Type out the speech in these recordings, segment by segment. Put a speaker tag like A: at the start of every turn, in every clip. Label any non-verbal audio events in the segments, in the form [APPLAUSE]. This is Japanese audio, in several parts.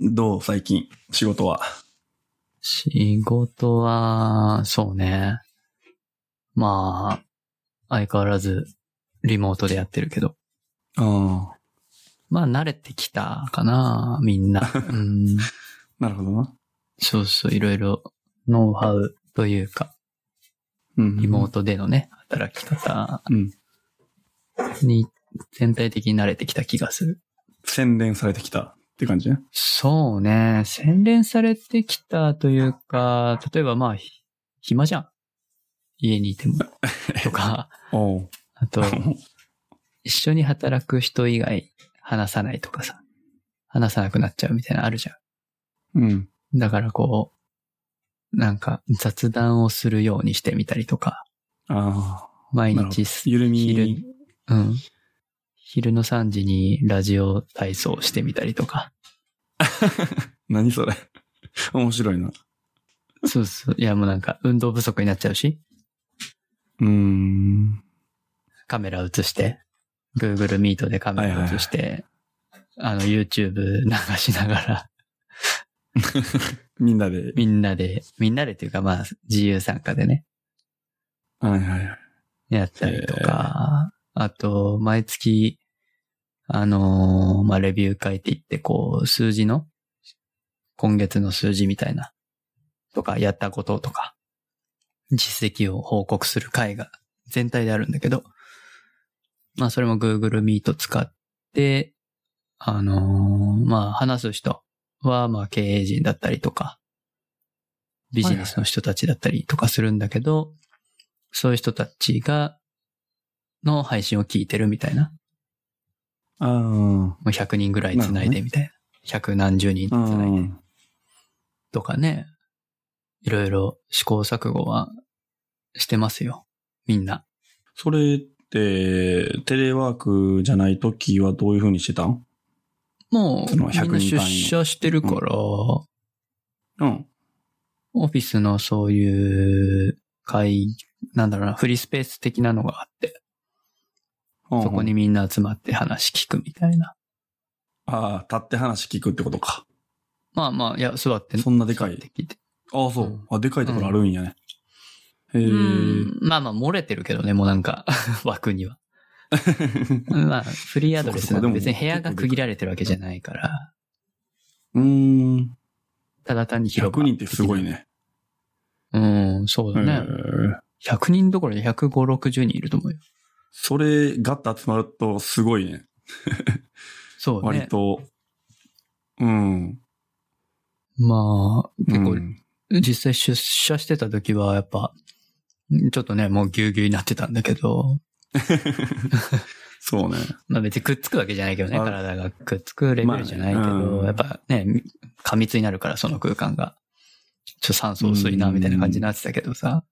A: どう最近、仕事は。
B: 仕事は、そうね。まあ、相変わらず、リモートでやってるけど。
A: ああ、
B: まあ、慣れてきたかな、みんな。
A: [LAUGHS]
B: うん。
A: なるほどな。
B: そうそう、いろいろ、ノウハウというか、
A: うん。
B: リモートでのね、働き方
A: うん
B: に全体的に慣れてきた気がする。
A: 洗練されてきたって感じね。
B: そうね。洗練されてきたというか、例えばまあ、ひ暇じゃん。家にいても。とか、
A: お [LAUGHS] う。
B: あと、一緒に働く人以外話さないとかさ、話さなくなっちゃうみたいなのあるじゃ
A: うん。
B: ん。だからこう、なんか雑談をするようにしてみたりとか、
A: ああ、
B: 毎
A: なるほど
B: 日す、
A: 緩
B: 昼
A: み
B: に。うん。昼の3時にラジオ体操してみたり
A: [LAUGHS]
B: とか。
A: 何それ。 [LAUGHS] 面白いな。
B: そうそう。いや、もうなんか運動不足になっちゃうし、
A: うーん。
B: カメラ映して、Google Meet でカメラ映して、あの YouTube 流しながら、
A: みんなで。
B: みんなで、みんなでっていうかまあ自由参加でね、
A: はいはいはい。
B: やったりとか、あと、毎月、あのーまあレビュー会って言って、こう、数字の、今月の数字みたいな、とか、やったこととか、実績を報告する会が全体であるんだけど、まあそれも Google Meet 使って、あのーまあ話す人は、まあ経営陣だったりとか、ビジネスの人たちだったりとかするんだけど、そういう人たちが、の配信を聞いてるみたいな。
A: あ
B: もう100人ぐらい繋いでみたいな。100何十人
A: あ。う
B: 繋いで
A: ん。
B: とかね。いろいろ試行錯誤はしてますよ。みんな。
A: それって、テレワークじゃない時はどういう風にしてたん
B: もう、
A: そ
B: み
A: の
B: ん
A: 100
B: な
A: 人
B: 出
A: 単位
B: 社してるから、
A: うん。
B: オフィスのそういう会、なんだろうな、フリースペース的なのがあって、そこに。みんな集まって話聞くみたいな。
A: ああ、立って話聞くってことか。
B: まあまあ、いや、座って、
A: そんなでかい
B: 座って聞いて。。
A: ああ、そううんあ、でかいところあるんやね。へえ。
B: うんまあまあ、漏れてるけどね、もうなんか、 [LAUGHS] 枠には。まあ、フリーアドレスな
A: そうかそうかで
B: んで
A: も
B: 別に部屋が区切られてるわけじゃないから、
A: うーん。
B: ただ単に広
A: 100
B: 場
A: 人ってすごい。ね。
B: うん、そうだ
A: へ
B: ね。
A: ー
B: 100人どころで105、60人いると思うよ。
A: それ、ガッと集まるとすごいね。
B: そう
A: 割
B: ね。
A: と。うん。
B: まあ、結
A: う
B: 構、
A: ん
B: 実際出社してた時は、やっぱ、ちょっとね、もうぎゅうぎゅうになってたんだけど、
A: そうね。
B: まあ別にくっつくわけじゃないけどね、
A: あ
B: 体がくっつくレベルじゃないけど、
A: まあねうん
B: やっぱね、過密になるから、その空間が。ちょっと酸素薄いな、みたいな感じになってたけ
A: [LAUGHS]
B: どさ。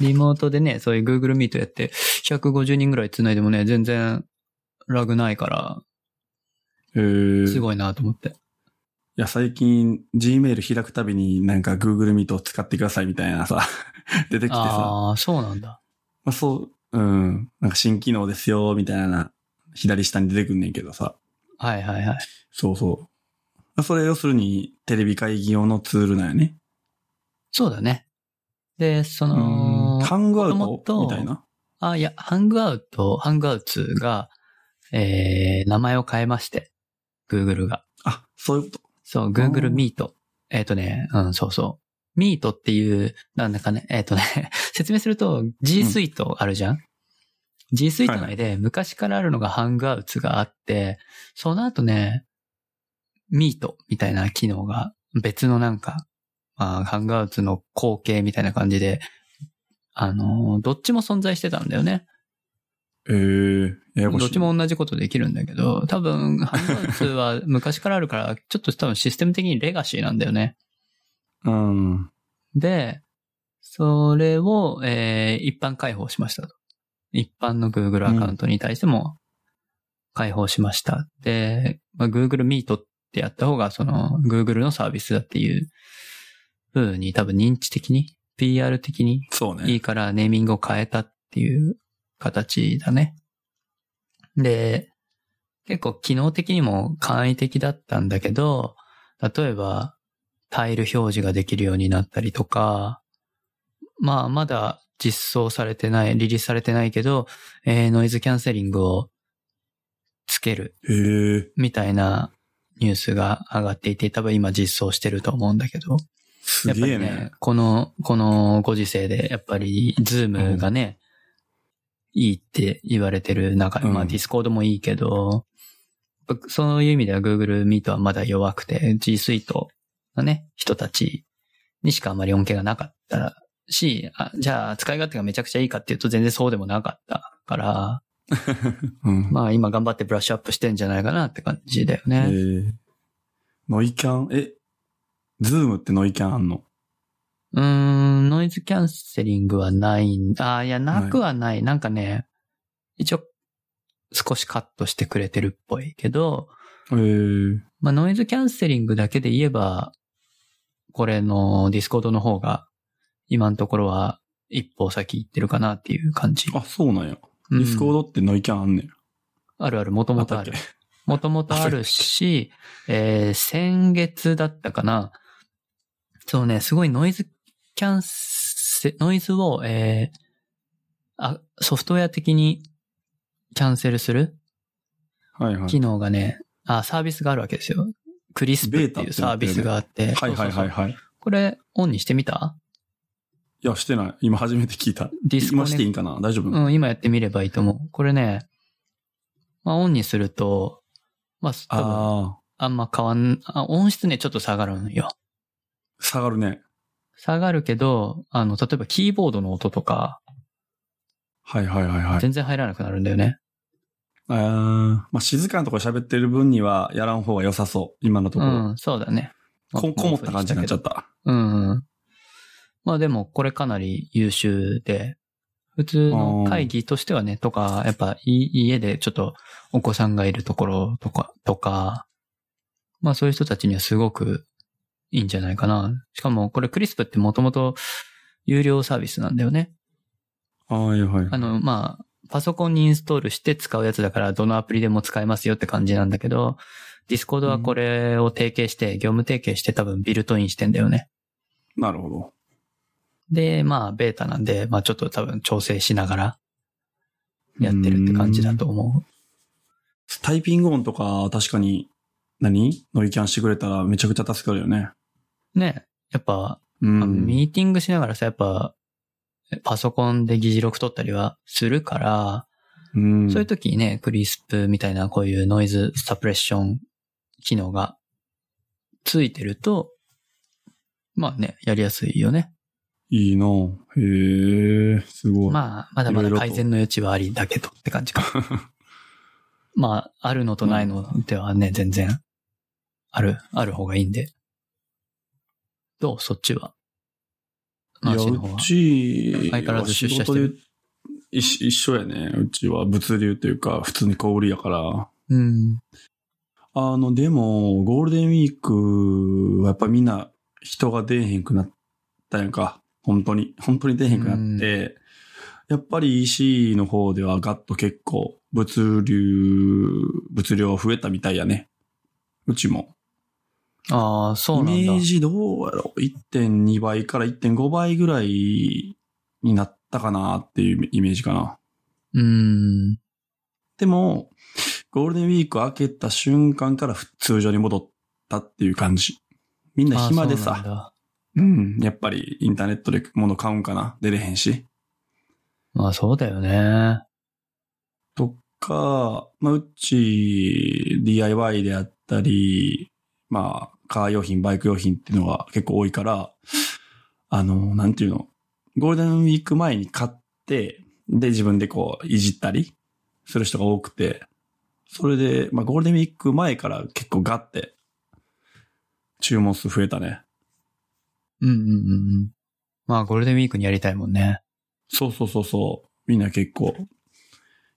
B: リモートでね、そういう Google Meet やって、150人ぐらい繋いでもね、全然ラグないから、
A: へー
B: すごいなと思って。
A: いや、最近、Gmail 開くたびになんか Google Meet を使ってくださいみたいなさ、 [LAUGHS] 出てきてさ、
B: ああ、そうなんだ。
A: まあそう、うん、なんか新機能ですよ、みたいな、左下に出てくんねんけどさ、
B: はいはいはい。
A: そうそう。まあそれ要するに、テレビ会議用のツールなんよね。
B: そうだね。で、そ
A: うん。
B: の、
A: ハングアウト
B: もとも
A: み
B: と
A: たいな。
B: あ、いや、ハングアウト、ハングアウトが、えー、名前を変えまして、Google が。
A: あ、そういうこ
B: そう、
A: あ
B: Google
A: ー
B: Meet。えっ、とね、うん、そうそう。Meet っていう、なんだかね、えっ、とね、 [LAUGHS] 説明すると G Suite あるじゃん、?G Suite 内で昔からあるのがハングアウトがあって、その後ね、Meet みたいな機能が別のなんか、まあ、ハングアウトの後継みたいな感じで、あのー、どっちも存在してたんだよね。
A: と。えー、ややこしい。
B: どっちも同じことできるんだけど、多分、ハンドアウツは昔からあ
A: [LAUGHS]
B: るから、ちょっと多分システム的にレガシーなんだよね。
A: うん。
B: で、それを、えー一般開放しましたと。一般の Google アカウントに対しても開放しました。で、まあ、Google Meet ってやった方が、その Google のサービスだっていう風に多分認知的に、PR 的に
A: そうね。
B: いいからネーミングを変えたっていう形だね。で、結構機能的にも簡易的だったんだけど、例えばタイル表示ができるようになったりとか、まあまだ実装されてない、リリースされてないけど、えーノイズキャンセリングをつける
A: へえ、
B: みたいなニュースが上がっていて、多分今実装してると思うんだけど。
A: す
B: やっぱ
A: げ
B: り
A: え
B: ね
A: ね。、
B: この、このご時世で、やっぱり、ズームがね、いいって言われてる中で、まあ、
A: うん
B: ディスコードもいいけど、やっぱそういう意味では Google Meet はまだ弱くて、G Suite のね、人たちにしかあまり恩恵がなかったし、あじゃあ、使い勝手がめちゃくちゃいいかっていうと、全然そうでもなかったから、
A: うん。
B: まあ、今頑張ってブラッシュアップしてんじゃないかなって感じだよ
A: え
B: ね。
A: ー、ノイキャン、え、ズームってノイキャンあんの
B: うーん、ノイズキャンセリングはないんあーいや、なくはない。なんかね、一応、少しカットしてくれてるっぽいけど、
A: えー、
B: まあ、ノイズキャンセリングだけで言えば、これのディスコードの方が、今のところは一歩先行ってるかなっていう感じ。
A: あ、そうなんや。
B: う
A: デ
B: ん
A: ィスコードってノイキャンあんねん。
B: あるある、もと
A: あ
B: も
A: っ
B: と
A: た
B: あ
A: っけ
B: る。もともとあるし、えー先月だったかな。そうね、すごいノイズキャンセ、ノイズを、えーあ、ソフトウェア的にキャンセルする
A: はいはい。
B: 機能がね、あ、サービスがあるわけですよ。クリスプ
A: ベー
B: ってい
A: タっ
B: う
A: てな
B: サー
A: って
B: ビ
A: るね
B: スがあって。
A: はいはい
B: そうそう
A: は
B: そ
A: いうはい。
B: これ、オンにしてみた
A: いや、してない。今初めて聞いた。
B: ディスコ
A: 今
B: ネ
A: し
B: ク
A: ていいんかな大丈夫、
B: うん、今やってみればいいと思う。これね、まあ、オンにすると、まあ、多分
A: ああ、
B: あんま変わん、あ音質ね、ちょっと下がるんよ。
A: 下がるね。
B: 下がるけど、あの、例えばキーボードの音とか、
A: はいはいはいはい。
B: 全然入らなくなるんだよね。
A: あーまあ、静かなところ喋ってる分にはやらん方が良さそう。今のところ。
B: うん、そうだね。
A: ここもった感じになっちゃった。
B: うんうん。まあでも、これかなり優秀で、普通の会議としてはね、とか、やっぱい家でちょっとお子さんがいるところとか、とか、まあそういう人たちにはすごくいいんじゃないかな。しかも、これクリスプってもともと有料サービスなんだよね。
A: はいはい。
B: あの、まあ、パソコンにインストールして使うやつだから、どのアプリでも使えますよって感じなんだけど、ディスコードはこれを提携して、業務提携して多分ビルトインしてんだよね。
A: なるほど。
B: で、まあ、ベータなんで、まあちょっと多分調整しながらやってるって感じだと思
A: タイピング音とか、確かに何、ノイキャンしてくれたらめちゃくちゃ助かるよね。
B: う。ね。やっぱ、
A: う
B: あの
A: ん。
B: ミーティングしながらさ、やっぱ、パソコンで議事録取ったりはするから、
A: うん、
B: そういう時にね、クリスプみたいなこういうノイズサプレッション機能がついてると、まあね、やりやすいよね。
A: いいなへえ、すごい。
B: まあ、まだま
A: い
B: だ
A: ろいろと
B: 改善の余地はありだけどって感じ
A: [LAUGHS]
B: か。まあ、あるのとないのではね、全然、ある、ある方がいいんで。どうそっちは。
A: いや、
B: マーシーの方は
A: うち、
B: 相変わらず出社してる
A: 仕事で一一緒やね。うちは物流というか、普通に小売りやから。
B: うん。
A: あの、でも、ゴールデンウィークはやっぱみんな人が出えへんくなったやんか。本当に。本当に出えへんくなって、やっぱり EC の方ではガッと結構物流、物量増えたみたいやね。うちも。
B: ああ、そうなん
A: イ
B: だ
A: メー。ジどうやろ ?1.2 倍から1.5倍ぐらいになったかなっていうイメージかな。
B: うん。
A: でも、ゴールデンウィーク明けた瞬間から普通常に戻ったっていう感じ。みんな暇で
B: あーそうなん
A: さ、
B: だ
A: うん、やっぱりインターネットで物買うんかな出れへんし。
B: まあそうだよね。
A: とか、まあ、うち DIY であったり、まあ、カー用品、バイク用品っていうのが結構多いから、あの、なんていうの、ゴールデンウィーク前に買って、で、自分でこう、いじったりする人が多くて、それで、まあ、ゴールデンウィーク前から結構ガッて、注文数増えたね。
B: うんうんうんうん。まあゴールデンウィークにやりたいもんね。
A: そうそうそうそう。みんな結構、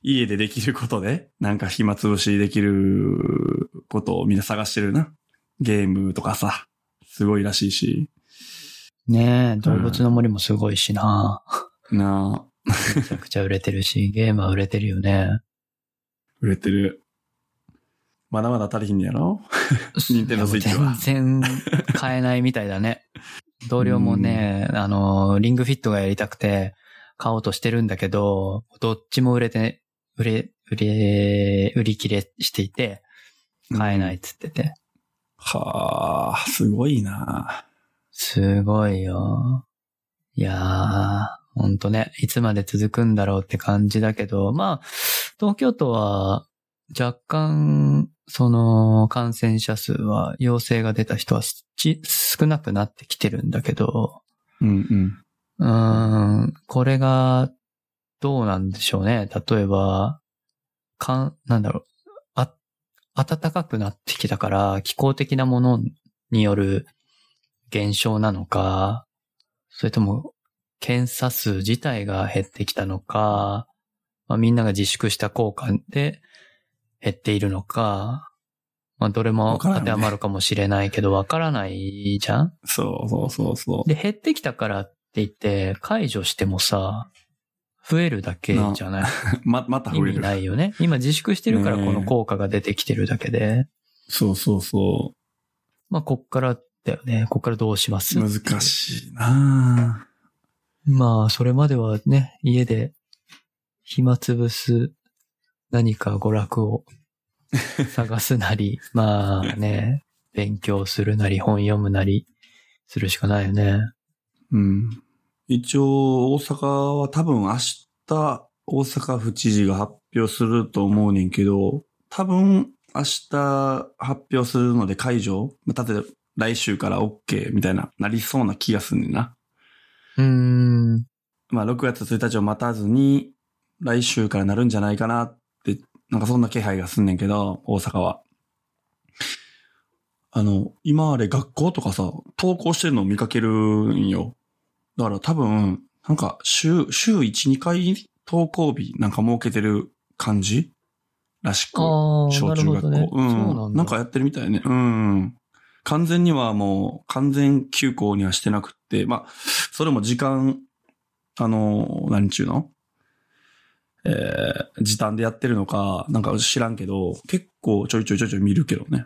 A: 家でできることで、なんか暇つぶしできることをみんな探してるな。ゲームとかさ、すごいらしいし。
B: ねえ、動物の森もすごいしな。
A: なあ、
B: めちゃくちゃ売れてるし、ゲームは売れてるよね。
A: 売れてる。まだまだ足りひんねやろ任天堂スイッチは
B: もう全然買えないみたいだね。同僚もね、あの、リングフィットがやりたくて買おうとしてるんだけど、どっちも売れて、売れ、売れ、売り切れしていて、買えないっつってて。
A: はあ、すごいな
B: すごいよ。いやー、ほんとね、いつまで続くんだろうって感じだけど、まあ、東京都は若干、その感染者数は陽性が出た人はち少なくなってきてるんだけど、
A: うんうん。
B: うーん、これがどうなんでしょうね。例えば、かん、なんだろう、あ、暖かくなってきたから、気候的なものによる現象なのか、それとも、検査数自体が減ってきたのか、まあ、みんなが自粛した効果で減っているのか、まあ、どれも
A: わからん
B: 当
A: よね
B: てはまるかもしれないけど、わからないじゃん
A: そうそうそうそう。
B: で、減ってきたからって言って、解除してもさ、増えるだけじゃない。
A: ま、また
B: 意
A: 増え
B: 味
A: る。
B: ないよね。今自粛してるから
A: ねえ
B: この効果が出てきてるだけで。
A: そうそうそ
B: まあ、こっからだよね。こっからどうします
A: う。難しいな
B: まあ、それまではね、家で暇つぶす何か娯
A: [LAUGHS]
B: 楽を探すなり、まあね、勉強するなり、本読むなり、するしかないよね。
A: うん。一応、大阪は多分明日、大阪府知事が発表すると思うねんけど、多分明日発表するので解除、まあ、例えば来週から OK みたいな、なりそうな気がすんねんな。
B: うーん。
A: まあ、6月1日を待たずに、来週からなるんじゃないかなって、なんかそんな気配がすんねんけど、大阪は。あの、今あれ学校とかさ、登校してるのを見かけるんよ。だから多分、なんか週、週1、2回登校日なんか設けてる感じらしく。
B: ああ、
A: 小
B: なる
A: 中学
B: ほ
A: 校。
B: どね。
A: うん
B: そう
A: な。
B: なんんだ。
A: かやってるみたいね。うん。完全にはもう、完全休校にはしてなくって、まあ、それも時間、あの、何ちゅうのえー、時短でやってるのか、なんか知らんけど、結構ちょいちょいちょいちょい見るけどね。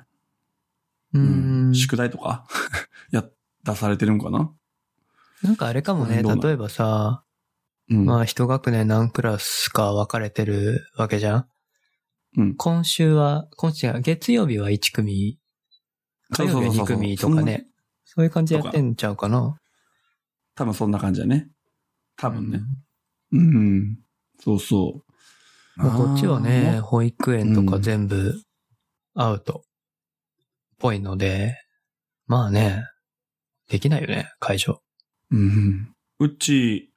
B: うーん。
A: 宿題とか [LAUGHS] や、出されてるんかな
B: なんかあれかもね、
A: どうなの
B: 例えばさ、
A: うん。
B: まあ一学年何クラスか分かれてるわけじゃん
A: うん
B: 今週は、今週は、月曜日は1組、火
A: そう
B: 曜
A: そうそうそう
B: 日は2組とかね。そういう感じでやってんちゃうかな
A: 多分そんな感じだね。多分ね。
B: うん
A: うん。そうそう。
B: まあこっちはね、
A: あー、
B: 保育園と
A: う
B: か
A: ん
B: 全部アウトっぽいので、まあね、できないよね、会場。
A: うん。うち、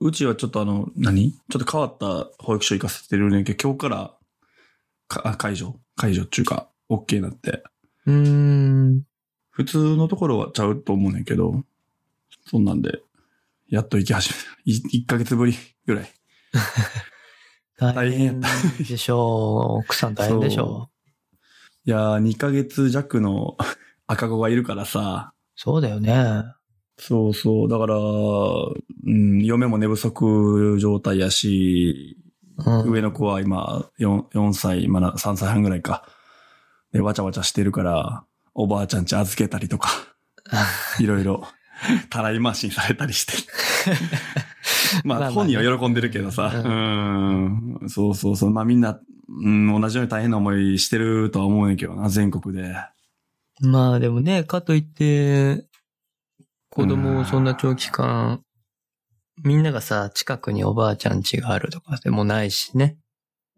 A: うちはちょっとあの、何ちょっと変わった保育所行かせてるねんけど、今日から、かあ解除解除っていうか、OK になって。
B: うーん。
A: 普通のところはちゃうと思うねんけど、そんなんで、やっと行き始めた。い1ヶ月 [LAUGHS] ぶりぐらい。
B: 大
A: 変や
B: 変
A: っ
B: でしょう。奥さん大変でしょ
A: いやー、2ヶ月弱の [LAUGHS] 赤子がいるからさ、
B: う。そうだよね。
A: そうそう。だから、うん、嫁も寝不足状態やし、
B: うん
A: 上の子は今4、4歳、まだ3歳半ぐらいか。で、わちゃわちゃしてるから、おばあちゃんち預けたりと
B: [LAUGHS]
A: か、いろいろ、たらい回しにされたり
B: [LAUGHS]
A: して。まあ、
B: まあまあ
A: 本人は喜んでるけどさ、
B: う
A: うん、そうそうそう。まあみんな、うん、同じように大変な思いしてるとは思うねんけどな、全国で。
B: まあでもね、かといって、子供をそんな長期間、みんながさ、近くにおばあちゃん家があるとかでもないしね、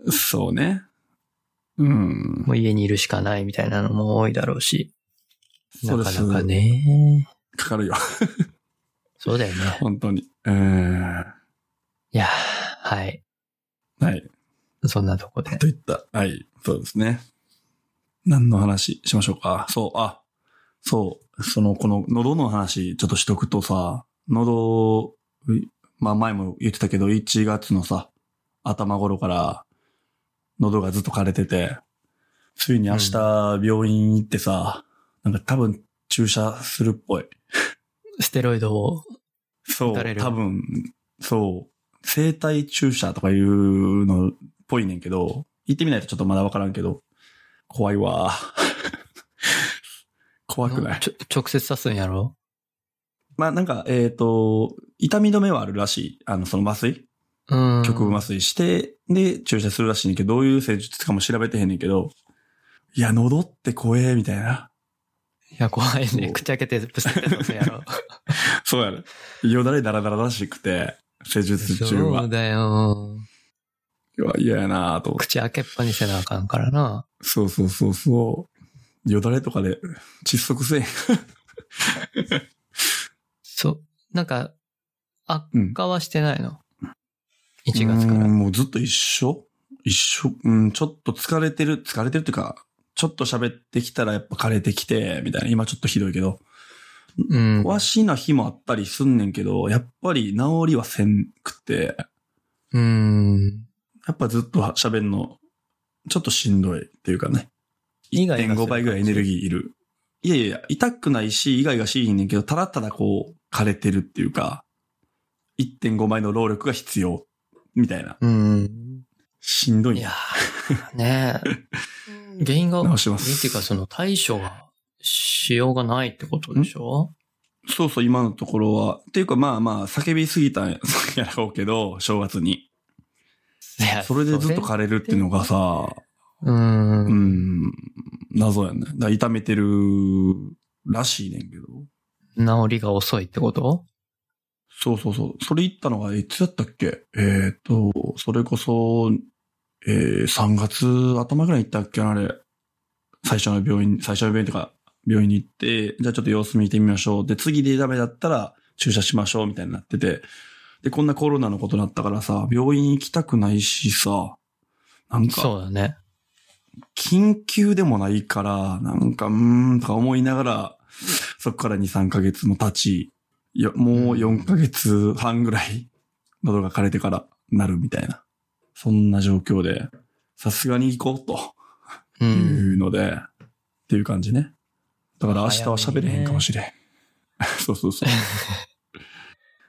A: そうね。うん。
B: もう家にいるしかないみたいなのも多いだろうし、
A: そ
B: な
A: うで
B: か
A: す
B: なか。ね。
A: かかるよ、
B: そうだよね。
A: 本当に。うん。
B: いやー、はい。
A: はい。
B: そんなとこで。
A: といった。はい。そうですね。何の話しましょうか。そう、あ、そう、その、この喉の話ちょっとしとくとさ、喉、いまあ前も言ってたけど、1月のさ、頭頃から、喉がずっと枯れてて、ついに明日病院行ってさ、なんか多分注射するっぽい。
B: ステロイドを。
A: そう、
B: 打たれる
A: 多分、そう、生体注射とかいうのっぽいねんけど、行ってみないとちょっとまだわからんけど、怖いわ。 [LAUGHS] 怖くない。
B: ちょ直接刺すんやろ
A: まあなんか、えっ、と、痛み止めはあるらしい。あの、その麻酔
B: うん。
A: 局部麻酔して、で、注射するらしいねんけど、どういう施術かも調べてへんねんけど、いや、喉って怖え、みたいな。 [LAUGHS]
B: いや、怖い
A: そ
B: ね。
A: う
B: 口開けてプスって刺すん
A: [LAUGHS]
B: やろ。
A: そうやね。よだれだらだららしくて、施術中
B: そ
A: は
B: う。だよ。
A: うわ嫌やなぁと思って。
B: 口開けっぱにせなあかんからな。
A: そうそうそうそう。よだれとかで窒息せえへん。
B: そう。なんか、悪
A: うん
B: 化はしてないの。1月か
A: うー
B: ら。
A: んもうずっと一緒一緒。うん、ちょっと疲れてる、疲れてるっていうか、ちょっと喋ってきたらやっぱ枯れてきて、みたいな。今ちょっとひどいけど。
B: うん。
A: わしな日もあったりすんねんけど、やっぱり治りはせんくて、
B: うん。
A: やっぱずっと喋るの、ちょっとしんどいっていうかね。
B: イガイガする
A: 1.5倍ぐらいエネルギーいる。いやいやいや、痛くないし、以外がしいねんけど、ただただこう、枯れてるっていうか、1.5倍の労力が必要、みたいな。
B: うん。
A: しんどい
B: い
A: ね
B: やーねえ。原因が、原因
A: 直
B: っ
A: します
B: ていうかその対処が、しようがないってことでしょ
A: そうそう、今のところは。っていうか、まあまあ、叫びすぎたんや [LAUGHS] やろうけど、正月に。
B: いや
A: それでずっと枯れるっていうのがさ、う
B: う。
A: んん、謎やね。だから痛めてるらしいねんけど。
B: 治りが遅いってこと
A: そうそうそう。それ言ったのが、いつやったっけえっ、と、それこそ、えー、3月頭ぐらいに行ったっけなあれ。最初の病院、最初の病院とか、病院に行って、じゃあちょっと様子見てみましょう。で、次でダメだったら注射しましょう、みたいになってて。で、こんなコロナのことになったからさ、病院行きたくないしさ、なんか、
B: そうだね。
A: 緊急でもないから、なんか、うーん、とか思いながら、そこから2、3ヶ月も経ち、いやもう4ヶ月半ぐらい、喉が枯れてからなるみたいな。そんな状況で、さすがに行こう
B: う
A: と
B: ん。
A: いうので、っていう感じね。だから明日は喋れへんかもしれん。 [LAUGHS] そうそうそう。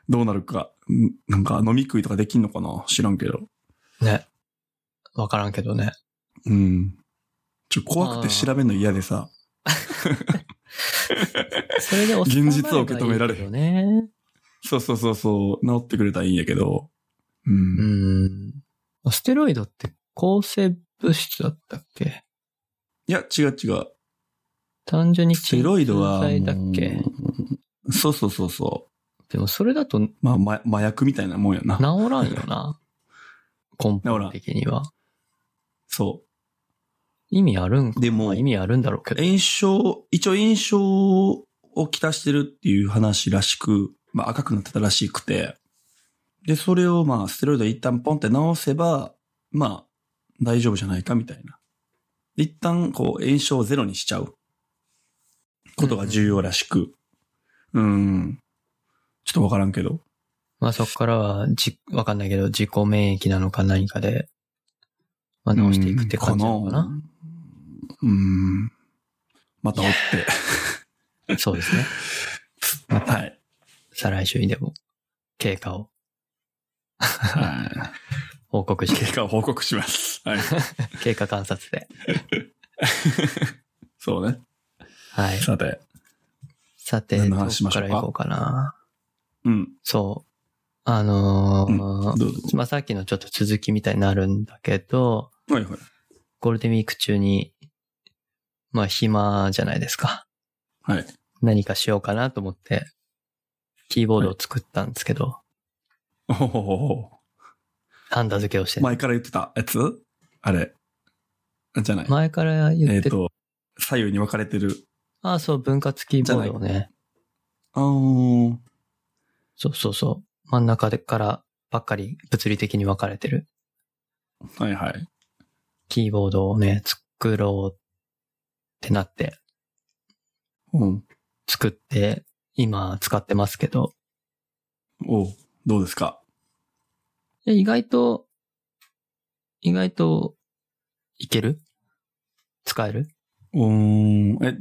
A: どうなるか、んなんか飲み食いとかできんのかな知らんけど。
B: ね。わからんけどね。
A: うん。ちょ、怖くて調べるの嫌でさ。
B: それで収まればいいけどね
A: 現実を受け止められへそうそうそうそう、治ってくれたらいいんやけど。う。
B: うんん。ステロイドって抗生物質だったっけ
A: いや、違う違う。
B: 単純に
A: ステロイドは。
B: 鎮痛剤だっけ
A: うんそうそうそうそ
B: でもそれだと治
A: う。まあ、ま、麻薬みたいなもんやな。
B: らん
A: [LAUGHS]
B: よな。根本的には。
A: そ
B: 意味あるんか
A: う。でも
B: まあ、意味あるんだろうけど。
A: 炎症、一応炎症をきたしてるっていう話らしく、まあ赤くなってたらしくて、で、それをまあステロイドで一旦ポンって治せば、まあ大丈夫じゃないかみたいな。で一旦こう炎症をゼロにしちゃうことが重要らしく、うん、ちょっとわからんけど、
B: まあそこからはじ、わかんないけど、自己免疫なのか何かで、まあ治していくって感じなのかな。
A: うん。うんまた追って。
B: [LAUGHS] そうですね。 [LAUGHS] また
A: はい。
B: 再来週にでも、経過を
A: は
B: 報告 [LAUGHS]
A: い。
B: し
A: [LAUGHS]
B: て、
A: 結果を報告します。はい。
B: 経過観察で。
A: そうね。
B: はい。
A: さて。
B: さて、
A: 何
B: ど
A: の話し
B: こ
A: まし
B: か
A: ょう
B: ら
A: か
B: 行こうかな。
A: うん。
B: そう。あのー
A: どうぞ。
B: まあ、さっきのちょっと続きみたいになるんだけど、
A: はいはい。
B: ゴールデンウィーク中に、まあ、暇じゃないですか。
A: はい。
B: 何かしようかなと思って、キーボードを作ったんですけど、
A: おほほほ
B: ハンダ付けをして、
A: 前から言ってたやつあれ。じゃない。
B: 前から言
A: え
B: っ
A: って
B: る、
A: と、左右に分かれてる。
B: ああ、そう、分割キーボードをね、
A: あー。
B: そうそうそう、真ん中でからばっかり物理的に分かれてる
A: はいはい。
B: キーボードをね、作ろうってなって、
A: うん。
B: 作って、今使ってますけど、
A: おうどうですか
B: いや意外と、意外と、いける使える
A: うーん。え、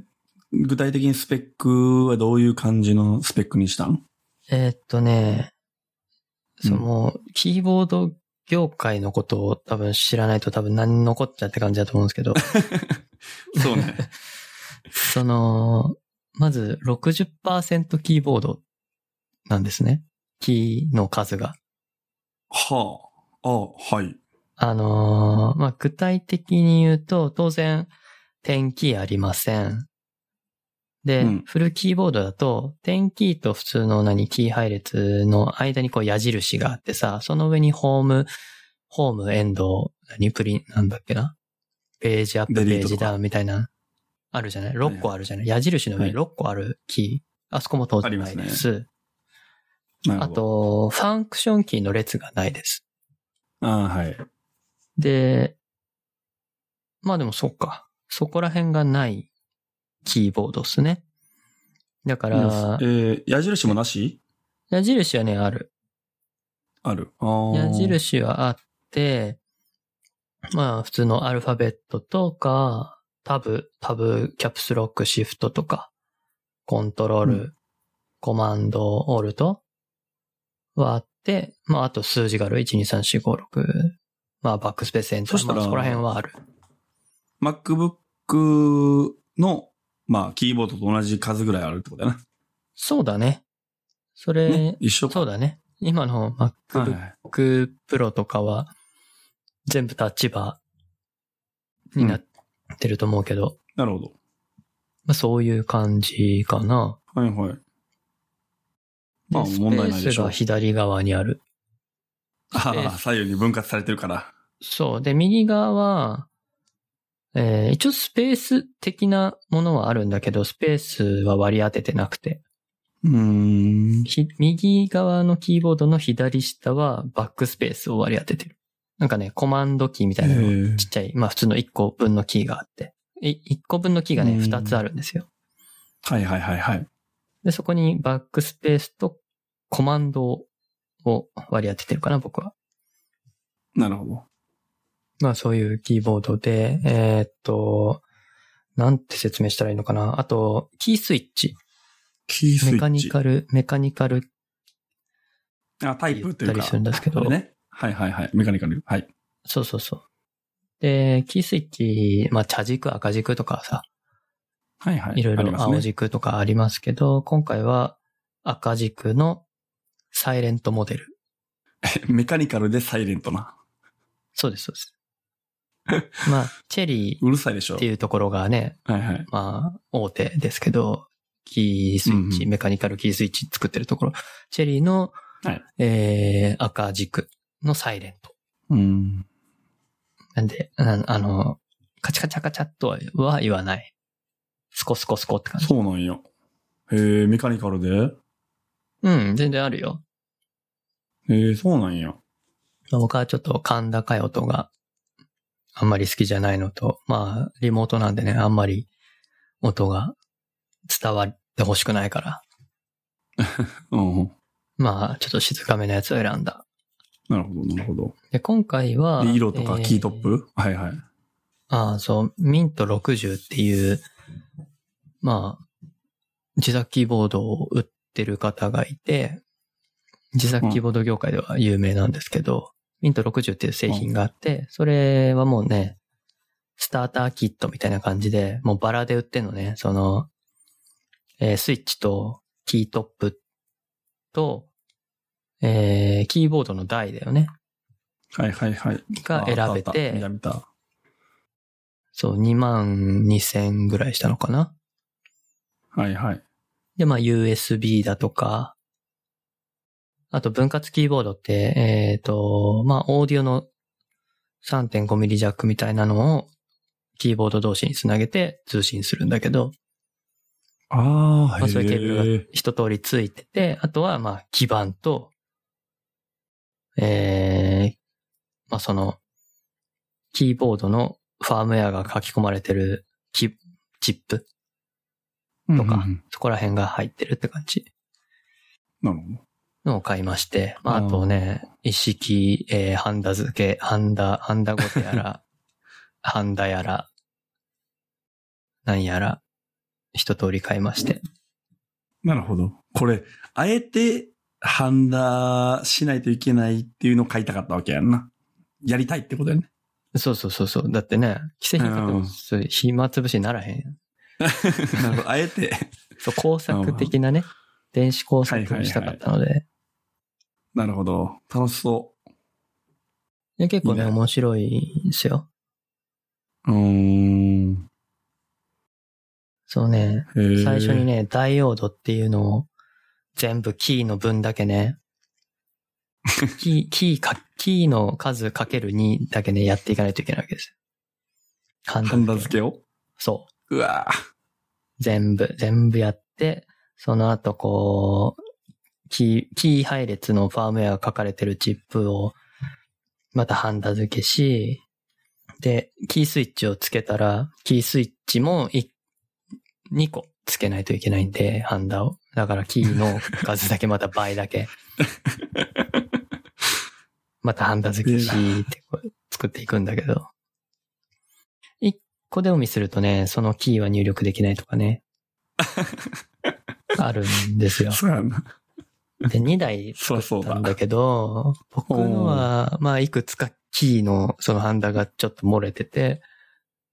A: 具体的にスペックはどういう感じのスペックにしたん
B: えーっとね、
A: うん
B: その、キーボード業界のことを多分知らないと多分何残っちゃって感じだと思うんです
A: [LAUGHS]
B: けど、
A: そうね。
B: その、まず60%キーボードなんですね。キーの数が。
A: はあ。あ、はい。
B: あのーまあ、具体的に言うと、当然、点キーありません。で、
A: うん
B: フルキーボードだと、点キーと普通の何、キー配列の間にこう矢印があってさ、その上にホーム、ホーム、エンド、何、プリン、なんだっけなページアップ、ペ
A: デリー
B: ー
A: トとか
B: ジダウンみたいな、あるじゃない ?6 個あるじゃない矢印の上に6個あるキー。あそこも当然ない
A: あり
B: で
A: ます
B: す。
A: なる
B: あ
A: ほど。
B: と、ファンクションキーの列がないです。
A: ああはい。
B: で、まあでもそっか。そこら辺がないキーボードですね。だから
A: え、ー矢印もなし
B: 矢印はね、ある。
A: ある。ああ。
B: 矢。印はあって、まあ普通のアルファベットとか、タブ、タブ、キャプスロック、シフトとか、コントロール、
A: う
B: コマンド、オルトはあって、まああと数字がある。1,2,3,4,5,6。まあバックスペースエンタ
A: そした
B: ー、
A: ら
B: まあそこら辺はある。
A: MacBook の、まあ、キーボードと同じ数ぐらいあるってことだな。
B: そうだね。それ、
A: ね。一緒か。
B: そうだね。今の
A: はい
B: MacBook
A: はい。
B: Pro とかは、全部タッチバーになってると思うけど、
A: なるほど。
B: まあ、そういう感じかな。
A: はいはい。まあ、
B: で
A: 問題ないで
B: ス
A: し
B: ペース
A: ょ
B: が
A: う。
B: 左側にある。
A: あ
B: ペー
A: あ、
B: ス
A: 左右に分割されてるから。
B: そう。で、右側は、えー一応スペース的なものはあるんだけど、スペースは割り当ててなくて。
A: うーん。
B: ひ右側のキーボードの左下はバックスペースを割り当ててる。なんかね、コマンドキーみたいなのが
A: えー
B: ちっちゃい、まあ普通の1個分のキーがあって、い1個分のキーがね、
A: うん
B: 2つあるんですよ。
A: はいはいはいはい。
B: で、そこにバックスペースとコマンドを割り当ててるかな、僕は。
A: なるほど。
B: まあそういうキーボードで、えーっと、なんて説明したらいいのかな。あと、キースイッチ。
A: キースイッチ。
B: メカニカル、メカニカル、
A: あ、タイプっていうか。
B: 言ったりするんですけど
A: あれね。はいはいはい。メカニカル。はい。
B: そうそうそう。で、キースイッチ、まあ茶軸、赤軸とかさ、
A: はいはい。
B: いろい
A: ありま
B: ろ
A: す
B: 青
A: ね
B: 軸とかありますけど、今回は赤軸のサイレントモデル。
A: メカニカルでサイレントな。
B: そうです、そう
A: [LAUGHS]
B: です。まあ、チェリー
A: うるさいでしょ。
B: っていうところがね、
A: はいはい。
B: まあ、大手ですけど、キースイッチ、
A: うんうん
B: メカニカルキースイッチ作ってるところ、チェリーの、
A: はい
B: えー、赤軸のサイレント。
A: うん。
B: なんで、ああの、カチャカチャカチャっとは言わない。スコスコスコって感じ。
A: そうなんよ。へえ、メカニカルで
B: うん、全然あるよ。
A: へえ、そうなんや。
B: 僕はちょっと甲高い音があんまり好きじゃないのと、まあ、リモートなんでね、あんまり音が伝わってほしくないから、
A: うんうん。
B: まあ、ちょっと静かめのやつを選んだ。
A: なるほど、なるほど。
B: で、今回は、
A: で、色と
B: え
A: か
B: ー
A: キートップはいはい。
B: ああ、そう、ミント60っていう、まあ、自作キーボードを売ってる方がいて、自作キーボード業界では有名なんですけど、ミント60っていう製品があって、それはもうね、スターターキットみたいな感じで、もうバラで売ってんのね、その、えースイッチとキートップと、えーキーボードの台だよね、
A: はいはいはい。
B: が選べて、
A: あ見た見た。
B: そう、2万2000ぐらいしたのかな。
A: はいはい。
B: で、まあ USB だとか、あと分割キーボードって、えっ、と、まあオーディオの 3.5mm ジャックみたいなのをキーボード同士につなげて通信するんだけど、
A: ああ、
B: まあそういうケーブル
A: へ
B: が一通りついてて、あとはまあ基板と、えー、まあその、キーボードのファームウェアが書き込まれてるキチップ、
A: え。
B: とか
A: うんうんうん
B: そこら辺が入ってるって感じ。
A: なるほど。
B: のを買いまして、まあ、
A: うん
B: あとね、一式、えー、ハンダ付け、ハンダ、ハンダごと
A: [LAUGHS]
B: やら、ハンダやら、なんやら、一通り買いまして。
A: なるほど。これ、あえて、ハンダしないといけないっていうのを書いたかったわけやんな。やりたいってことだ [LAUGHS] よね。
B: そうそうそうそう。だってね、既製品買っても、そういう暇つぶしにならへんやん。
A: なるほど。あえて。
B: そう、工作的なね、電子工作をしたかったので。
A: なるほど。楽しそ
B: いや結構ね、
A: いいね
B: 面白いんですよ。
A: う。うーん。
B: そうね、
A: へー
B: 最初に。ね、ダイオードっていうのを、全部キーの分だけね、キー、キーか、キーの数かける2だけね、やっていかないといけないわけですよ。簡
A: ハンダ付けを
B: そう
A: わぁ。
B: う。全部、全部やって、その後こう、キー、キー配列のファームウェアが書かれてるチップを、またハンダ付けし、で、キースイッチをつけたら、キースイッチもい2個つけないといけないんで、ハンダを。だからキーの数だけまた倍だけ。またハンダ付けし、ってこう作っていくんだけど。1個でもミスるとね、そのキーは入力できないと
A: [LAUGHS]
B: かね。あるんですよ。
A: そうやな。
B: で、2台
A: そ
B: 作
A: ら
B: っ
A: そうだ
B: たんだけど、僕のは、まあ、いくつかキーのそのハンダがちょっと漏れてて、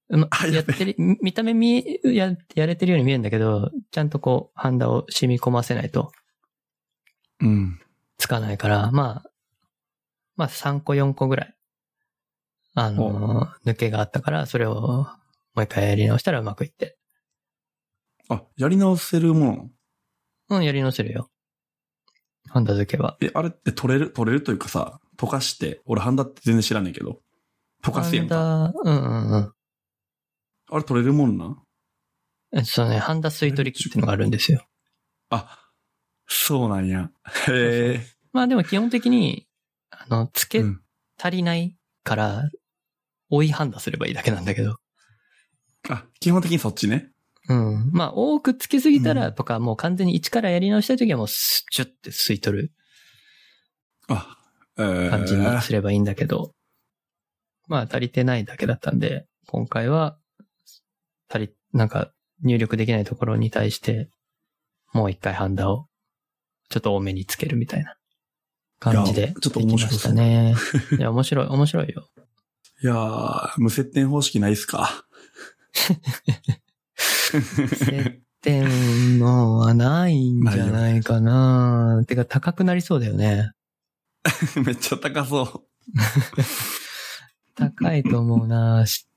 B: ま
A: あ
B: や
A: や
B: っ
A: べ
B: てる、見た目見え、や、やれてるように見えるんだけど、ちゃんとこう、ハンダを染み込ませないと
A: うん。
B: つかないから、まあ、まあ、3個4個ぐらい、あの、抜けがあったから、それをもう一回やり直したらうまくいって。
A: あ、やり直せるもん。
B: うん、やり直せるよ。ハンダ付けは。
A: え、あれって取れる、取れるというかさ、溶かして、俺ハンダって全然知らないけど、溶かすやんか。
B: ハンダ、うんうんうん。
A: あれ取れるもんな
B: えそうね、ハンダ吸い取り機っていうのがあるんですよ。
A: あ、そうなんや。へえ。
B: まあでも基本的に、あの、付け
A: うん
B: 足りないから、多いハンダすればいいだけなんだけど。
A: あ、基本的にそっちね。
B: うん。まあ多く付けすぎたらとか、もう完全に一からやり直したいときはもうスッチュって吸い取る
A: あ、えー、
B: 感じにすればいいんだけど。まあ足りてないだけだったんで、今回は、足り、なんか入力できないところに対して、もう一回ハンダを、ちょっと多めにつけるみたいな感じ
A: い
B: で
A: や。ちょっと
B: でき
A: 面
B: ま
A: 白
B: し
A: そ
B: た
A: う
B: ね。いや、面白い、面白いよ。
A: いやー、無接点方式ないっすか。 [LAUGHS]
B: 接点のはないんじゃないかなてか高くなりそうだよね。
A: めっちゃ高そ
B: 高いと思うなし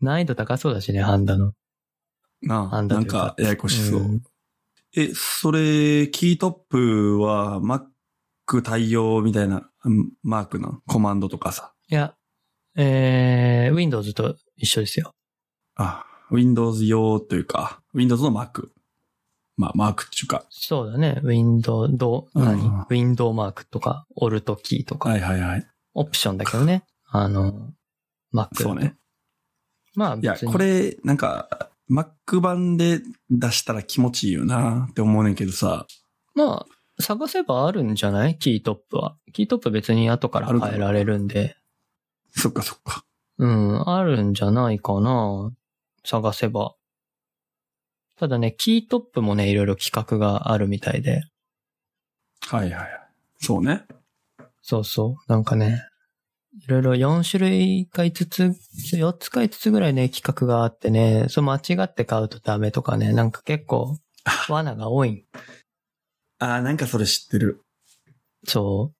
B: 難易度高そうだしね、ハンダの。
A: う。な
B: ハ
A: あ、
B: ンダ
A: な
B: とい
A: ん
B: うか
A: かややこしそう。
B: ん
A: え、それ、キートップは Mac 対応みたいなうんマークなコマンドとかさ。
B: いや、えー、Windows と一緒ですよ。
A: あ、Windows 用というか、Windows の Mac。まあ、マークっていうか。
B: そうだね。Windows、どう、何、
A: うん
B: ?Window マークとか、オルトキーとか、
A: はいはいはい。
B: オプションだけどね。あの、Mac。
A: そうね。。
B: まあ、
A: いや、
B: 別に
A: これ、なんか、Mac 版で出したら気持ちいいよなって思うねんけどさ。
B: まあ、探せばあるんじゃないキートップは。キートップ別に後から変えられるんで。
A: そっかそっか。
B: うん、あるんじゃないかな。探せば。ただね、キートップもね、いろいろ企画があるみたいで。
A: はいはいはい。そうね。
B: そうそう。なんかね、いろいろ4種類か5つ、4つか5つぐらいね、企画があってね、そう間違って買うとダメとかね、なんか結構、罠が多いん
A: あーなんかそれ知ってる。
B: そう。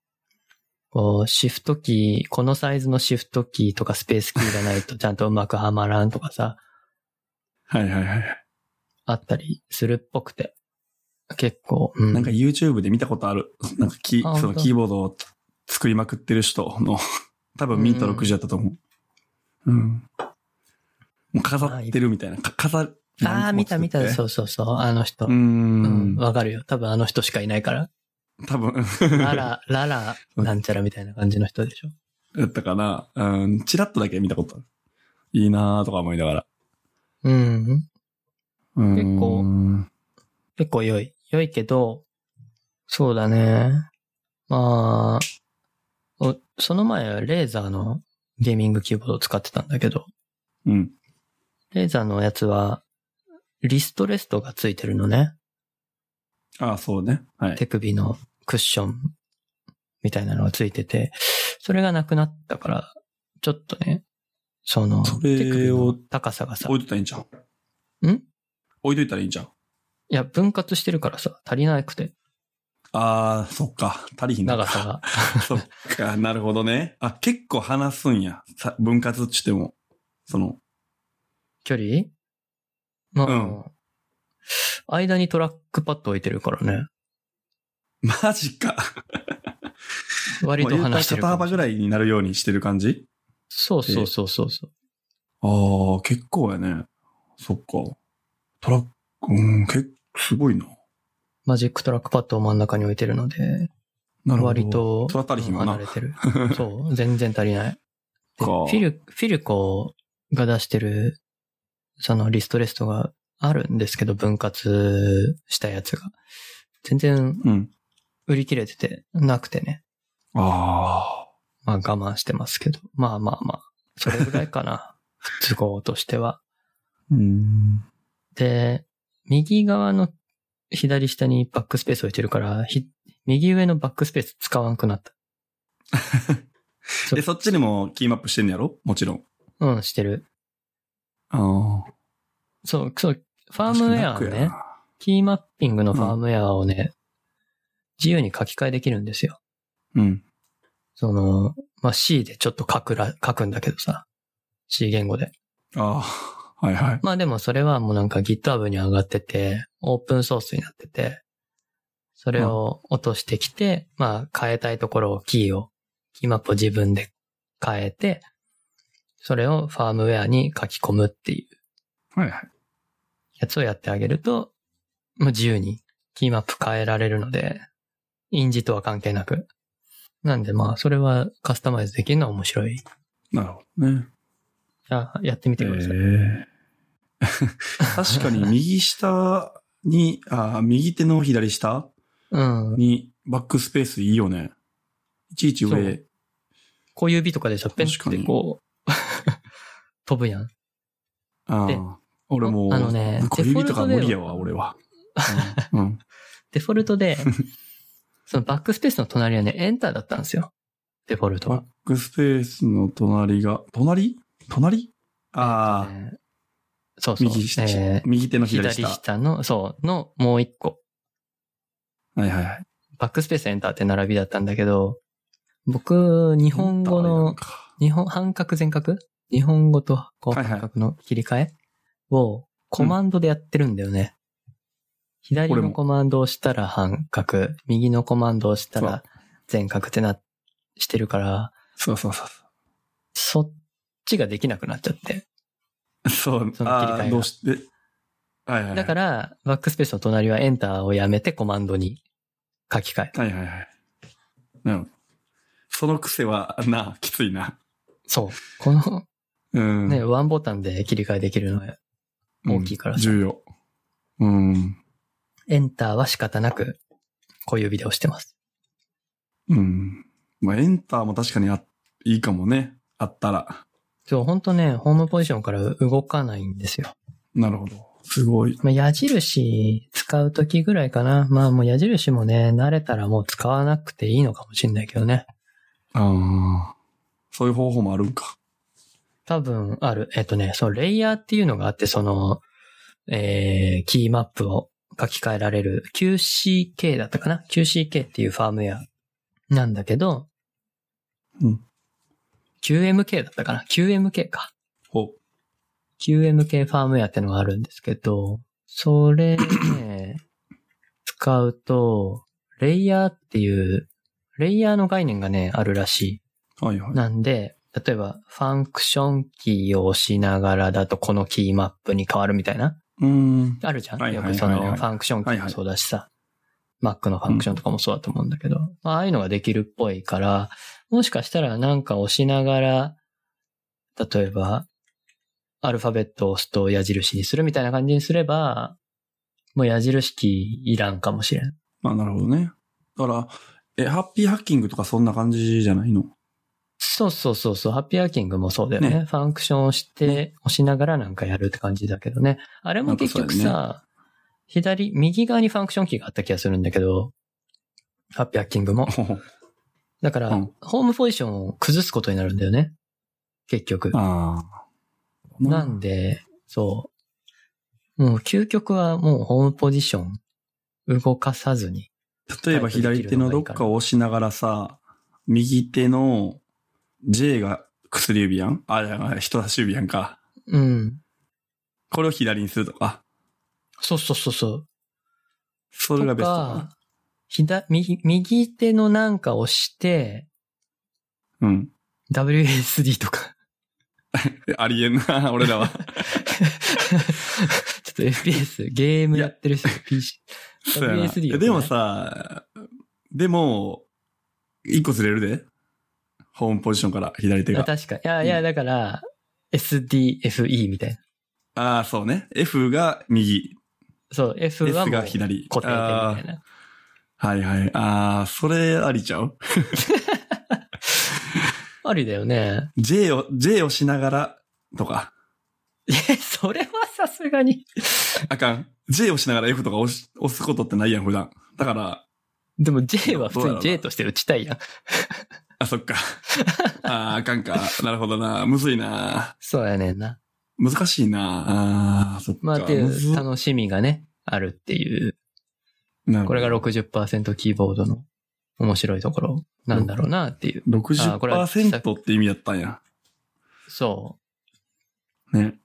B: こう、シフトキー、このサイズのシフトキーとかスペースキーがないとちゃんとうまくはまらんとかさ、
A: はいはいはい。
B: あったりするっぽくて。結構、うん。
A: なんか YouTube で見たことある。なんかキ
B: あ
A: ー、そ
B: 本
A: の
B: 当
A: キーボードを作りまくってる人 [LAUGHS] の、多分ミント60だったと思う。うん。もう飾ってるみたいな。か飾る。
B: ああ、見た見た、
A: う。
B: そうそうそう、あの人
A: うー。
B: うんん、。わかるよ。多分あの人しかいないから。
A: 多分。[LAUGHS]
B: ララ、ララ、なんちゃらみたいな感じの人でしょ。
A: だったかな。うん。チラッとだけ見たことある。いいなーとか思いながら。
B: うん。
A: うん
B: 結構。結構良い。良いけど、そうだね。まあ、おその前はレーザーのゲーミングキーボードを使ってたんだけど、
A: うん。
B: レーザーのやつは、リストレストがついてるのね。
A: ああ、そうね。はい。
B: 手首のクッションみたいなのがついてて、それがなくなったから、ちょっとね、その、
A: それを
B: 手首の高さがさ、
A: 置いといたらいいんじゃん。
B: ん
A: 置いといたらいいんじゃん。
B: いや、分割してるからさ、足りなくて、
A: あー、そっか。足りひんのか
B: 長さ。
A: [LAUGHS]
B: が。
A: そっか、なるほどね。あ、結構話すんや。さ分割ってしても。その、
B: 距離まあ、
A: うん
B: 間にトラックパッド置いてるからね。
A: マジか。
B: 割
A: まあ言
B: と話してるか
A: うたら肩
B: も
A: 幅
B: し
A: ぐ
B: れない。
A: らいになるようにしてる感じ
B: そうそうそうそうそう。
A: あー、結構やね。そっか。トラック、うん、結構すごいな。
B: マジックトラックパッドを真ん中に置いてるので、
A: なるほど。
B: 割と
A: そら足りひんわな
B: 離れてる。
A: [LAUGHS]
B: そう、全然足りない。で
A: か
B: フィル、フィルコが出してる、そのリストレストがあるんですけど、分割したやつが。全然
A: うん。
B: 売り切れてて、なくてね。
A: あ
B: まあ我慢してますけど。まあまあまあ、それぐらいか
A: [LAUGHS]
B: な。都合としては。
A: ー。うん。
B: で、右側の左下にバックスペース置いてるから、ひ右上のバックスペース使わんくなった。
A: [LAUGHS] で、そっちにもキーマップしてんのやろもちろん。
B: うん、してる。
A: ああ。
B: そう、そう、ファームウェア
A: 確かに楽
B: の
A: や
B: ね、
A: な
B: キーマッピングのファームウェアをね、自由に書き換えできるんですよ。
A: うん。
B: その、まあ、C でちょっと書くら、書くんだけどさ。C 言語で。
A: ああ。はいはい。
B: まあでもそれはもうなんか GitHub に上がってて、オープンソースになってて、それを落としてきて、まあ変えたいところをキーを、キーマップを自分で変えて、それをファームウェアに書き込むっていう
A: はいはい。
B: やつをやってあげると、まあ自由にキーマップ変えられるので、印字とは関係なく。なんでまあそれはカスタマイズできるのは面白い。
A: なるほどね。
B: あやってみてください。
A: えー [LAUGHS] 確かに右下に、あー右手の左下
B: うん。
A: にバックスペースいいよね。いちいち
B: そ
A: 上
B: う。小指とかでしょ、ペンっ
A: 確か
B: て
A: に
B: こう、 [LAUGHS] 飛ぶやん。
A: あ
B: で
A: ー俺も
B: あのね
A: 小指とか
B: デフォルトで
A: 無
B: は
A: 理やわ、俺は。うん [LAUGHS] うん。
B: デフォル
A: [LAUGHS]
B: トで、そのバックスペースの隣はね、エンターだったんですよ。デフォルト
A: バッ
B: は。
A: クスペースの隣が、隣隣ああ、
B: えーそうそう。
A: 右下、
B: えー
A: 右手の左
B: 左
A: 下。
B: 下の、そう、のもう一個。
A: はいはいはい。
B: バックスペースエンターって並びだったんだけど、僕、日本語
A: なん
B: の、
A: か
B: 日本、半角全角日本語とこう
A: はいはい
B: 半角の切り替えをコマンドでやってるんだよね。左
A: 俺
B: の
A: も
B: コマンドを押したら半角、右のコマンドを押した
A: そう
B: ら全角ってな、してるから、
A: そうそうそうそ
B: そっちができなくなっちゃって。
A: う。そう、
B: その切り替え
A: あ
B: が
A: あ、どうして、はいはいはい。
B: だから、バックスペースの隣はエンターをやめてコマンドに書き換え。
A: はいはいはい。なるほど。その癖は、な、きついな。
B: そう。この
A: うん。
B: ね、ワンボタンで切り替えできるのは、
A: うん
B: 大きいからさ
A: 重要。うん。
B: エンターは仕方なく小指で押してます。
A: うん。まあ、エンターも確かにあ、いいかもね。あったら。
B: そう、ほんとね、ホームポジションから動かないんですよ。
A: なるほど。すごい。
B: まあ、矢印使うときぐらいかな。まあもう矢印もね、慣れたらもう使わなくていいのかもしれないけどね。
A: ああ。そういう方法もあるんか。
B: 多分ある。えっとね、そのレイヤーっていうのがあって、その、えー、キーマップを書き換えられる QCK だったかな ?QCK っていうファームウェアなんだけど、
A: うん。
B: QMK だったかな ?QMK か。
A: ほ
B: QMK ファームウェアってのがあるんですけど、それ
A: [LAUGHS]
B: ね、使うと、レイヤーっていう、レイヤーの概念がね、あるらしい。
A: う。はいはい。
B: なんで、例えば、ファンクションキーを押しながらだと、このキーマップに変わるみたいな。
A: うん。
B: あるじゃん、
A: はいはい
B: よくそ
A: はいは
B: の、
A: い
B: ファンクションキーもそうだしさ、Mac のファンクションとかもそうだと思うんだけど、まあ、ああいうのができるっぽいから、もしかしたらなんか押しながら、例えば、アルファベットを押すと矢印にするみたいな感じにすれば、もう矢印キーいらんかもしれん。
A: まあ、なるほどね。だから、え、ハッピーハッキングとかそんな感じじゃ
B: [LAUGHS]
A: ないの
B: そうそうそうそう、ハッピーハッキングもそうだよね。
A: ね
B: ファンクションを押して、押しながらなんかやるって感じだけどね。あれも結局
A: なんかそう
B: さ、左、右側にファンクションキーがあった気がするんだけど、ハッピーハッキングも。
A: ほほ
B: だから、
A: うん
B: ホームポジションを崩すことになるんだよね。結局。
A: ああ。
B: なんで、そう。もう究極はもうホームポジション動かさずに。
A: 例えば左手のどっかを押しながらさ、右手の J が薬指やんあ、じゃあ人差し指やんか。
B: うん。
A: これを左にするとか。
B: そうそうそうそう。
A: それがベストか
B: とか左、右、右手のなんかをして、
A: な。うん。
B: WSD とか。 [LAUGHS]
A: えありえんな、 [LAUGHS] 俺らは。
B: ちょっと FPS、ゲームやってる人、PC。
A: そうやな
B: WSD よ
A: えでもさ、でも、一個ずれるで。ホームポジションから左手
B: あ
A: が。
B: 確か。いや、いうや、
A: ん
B: だから、SDFE みたいな。
A: ああ、そうね。F が右。
B: そう、F は
A: S
B: もう
A: が
B: 固定
A: 左。
B: みた
A: あ
B: い
A: ー
B: な。
A: はいはい。ああ、それありちゃう
B: ありだよね。 [LAUGHS]
A: ?J を、J をしながらとか。
B: いや、それはさすがに。
A: あかん。J をしながら F とか押し押すことってないやん、普段。だから、
B: でも J は普
A: どうや
B: 通
A: ろ
B: に
A: う
B: J として打ちたいやん。
A: あ、そっ
B: [LAUGHS]
A: か。ああ、あかんか。なるほどな。むずいな。
B: そうやねんな。
A: 難しいな。ああ、そっか。
B: まあ、ってい
A: むず
B: う楽しみがね、あるっていう。
A: なるほ
B: これ
A: ど
B: が60%キーボードの面白いところなんだろうなっていう。あーこれは
A: 60%って意味だったんや。
B: そ
A: ね。
B: う。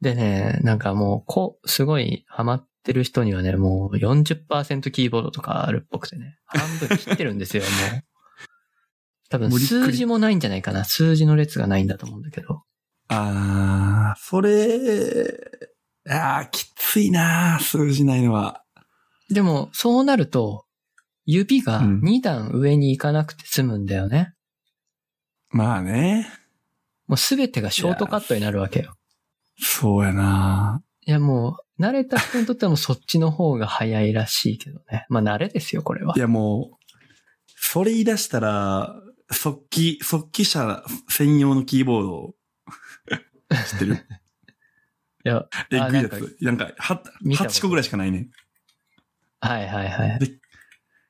B: でね、なんかもう、こう、すごいハマってる人にはね、もう40%キーボードとかあるっぽくてね。半分切ってる
A: [LAUGHS]
B: んですよ、もう。多分
A: 無理っくり
B: 数字もないんじゃないかな。数字の列がないんだと思うんだけど。
A: ああ、それ、ああ、きついな。数字ないのは。
B: でも、そうなると、指が
A: うん
B: 2段上に行かなくて済むんだよね。
A: まあね。
B: もうすべてがショートカットになるわけよ。
A: そうやな。。
B: いや、もう、慣れた人にとってはもうそっちの方が早いらしいけどね。まあ、慣れですよ、これはい
A: やもう、それ言い出したら、速記、速記者専用のキーボードを [LAUGHS] 知
B: [LAUGHS]
A: ってる
B: いや、
A: え
B: あ
A: ぐいや
B: なんか
A: つ。なんか、は
B: 見たこと
A: 8個ぐらいしかないね。
B: はいはいはい。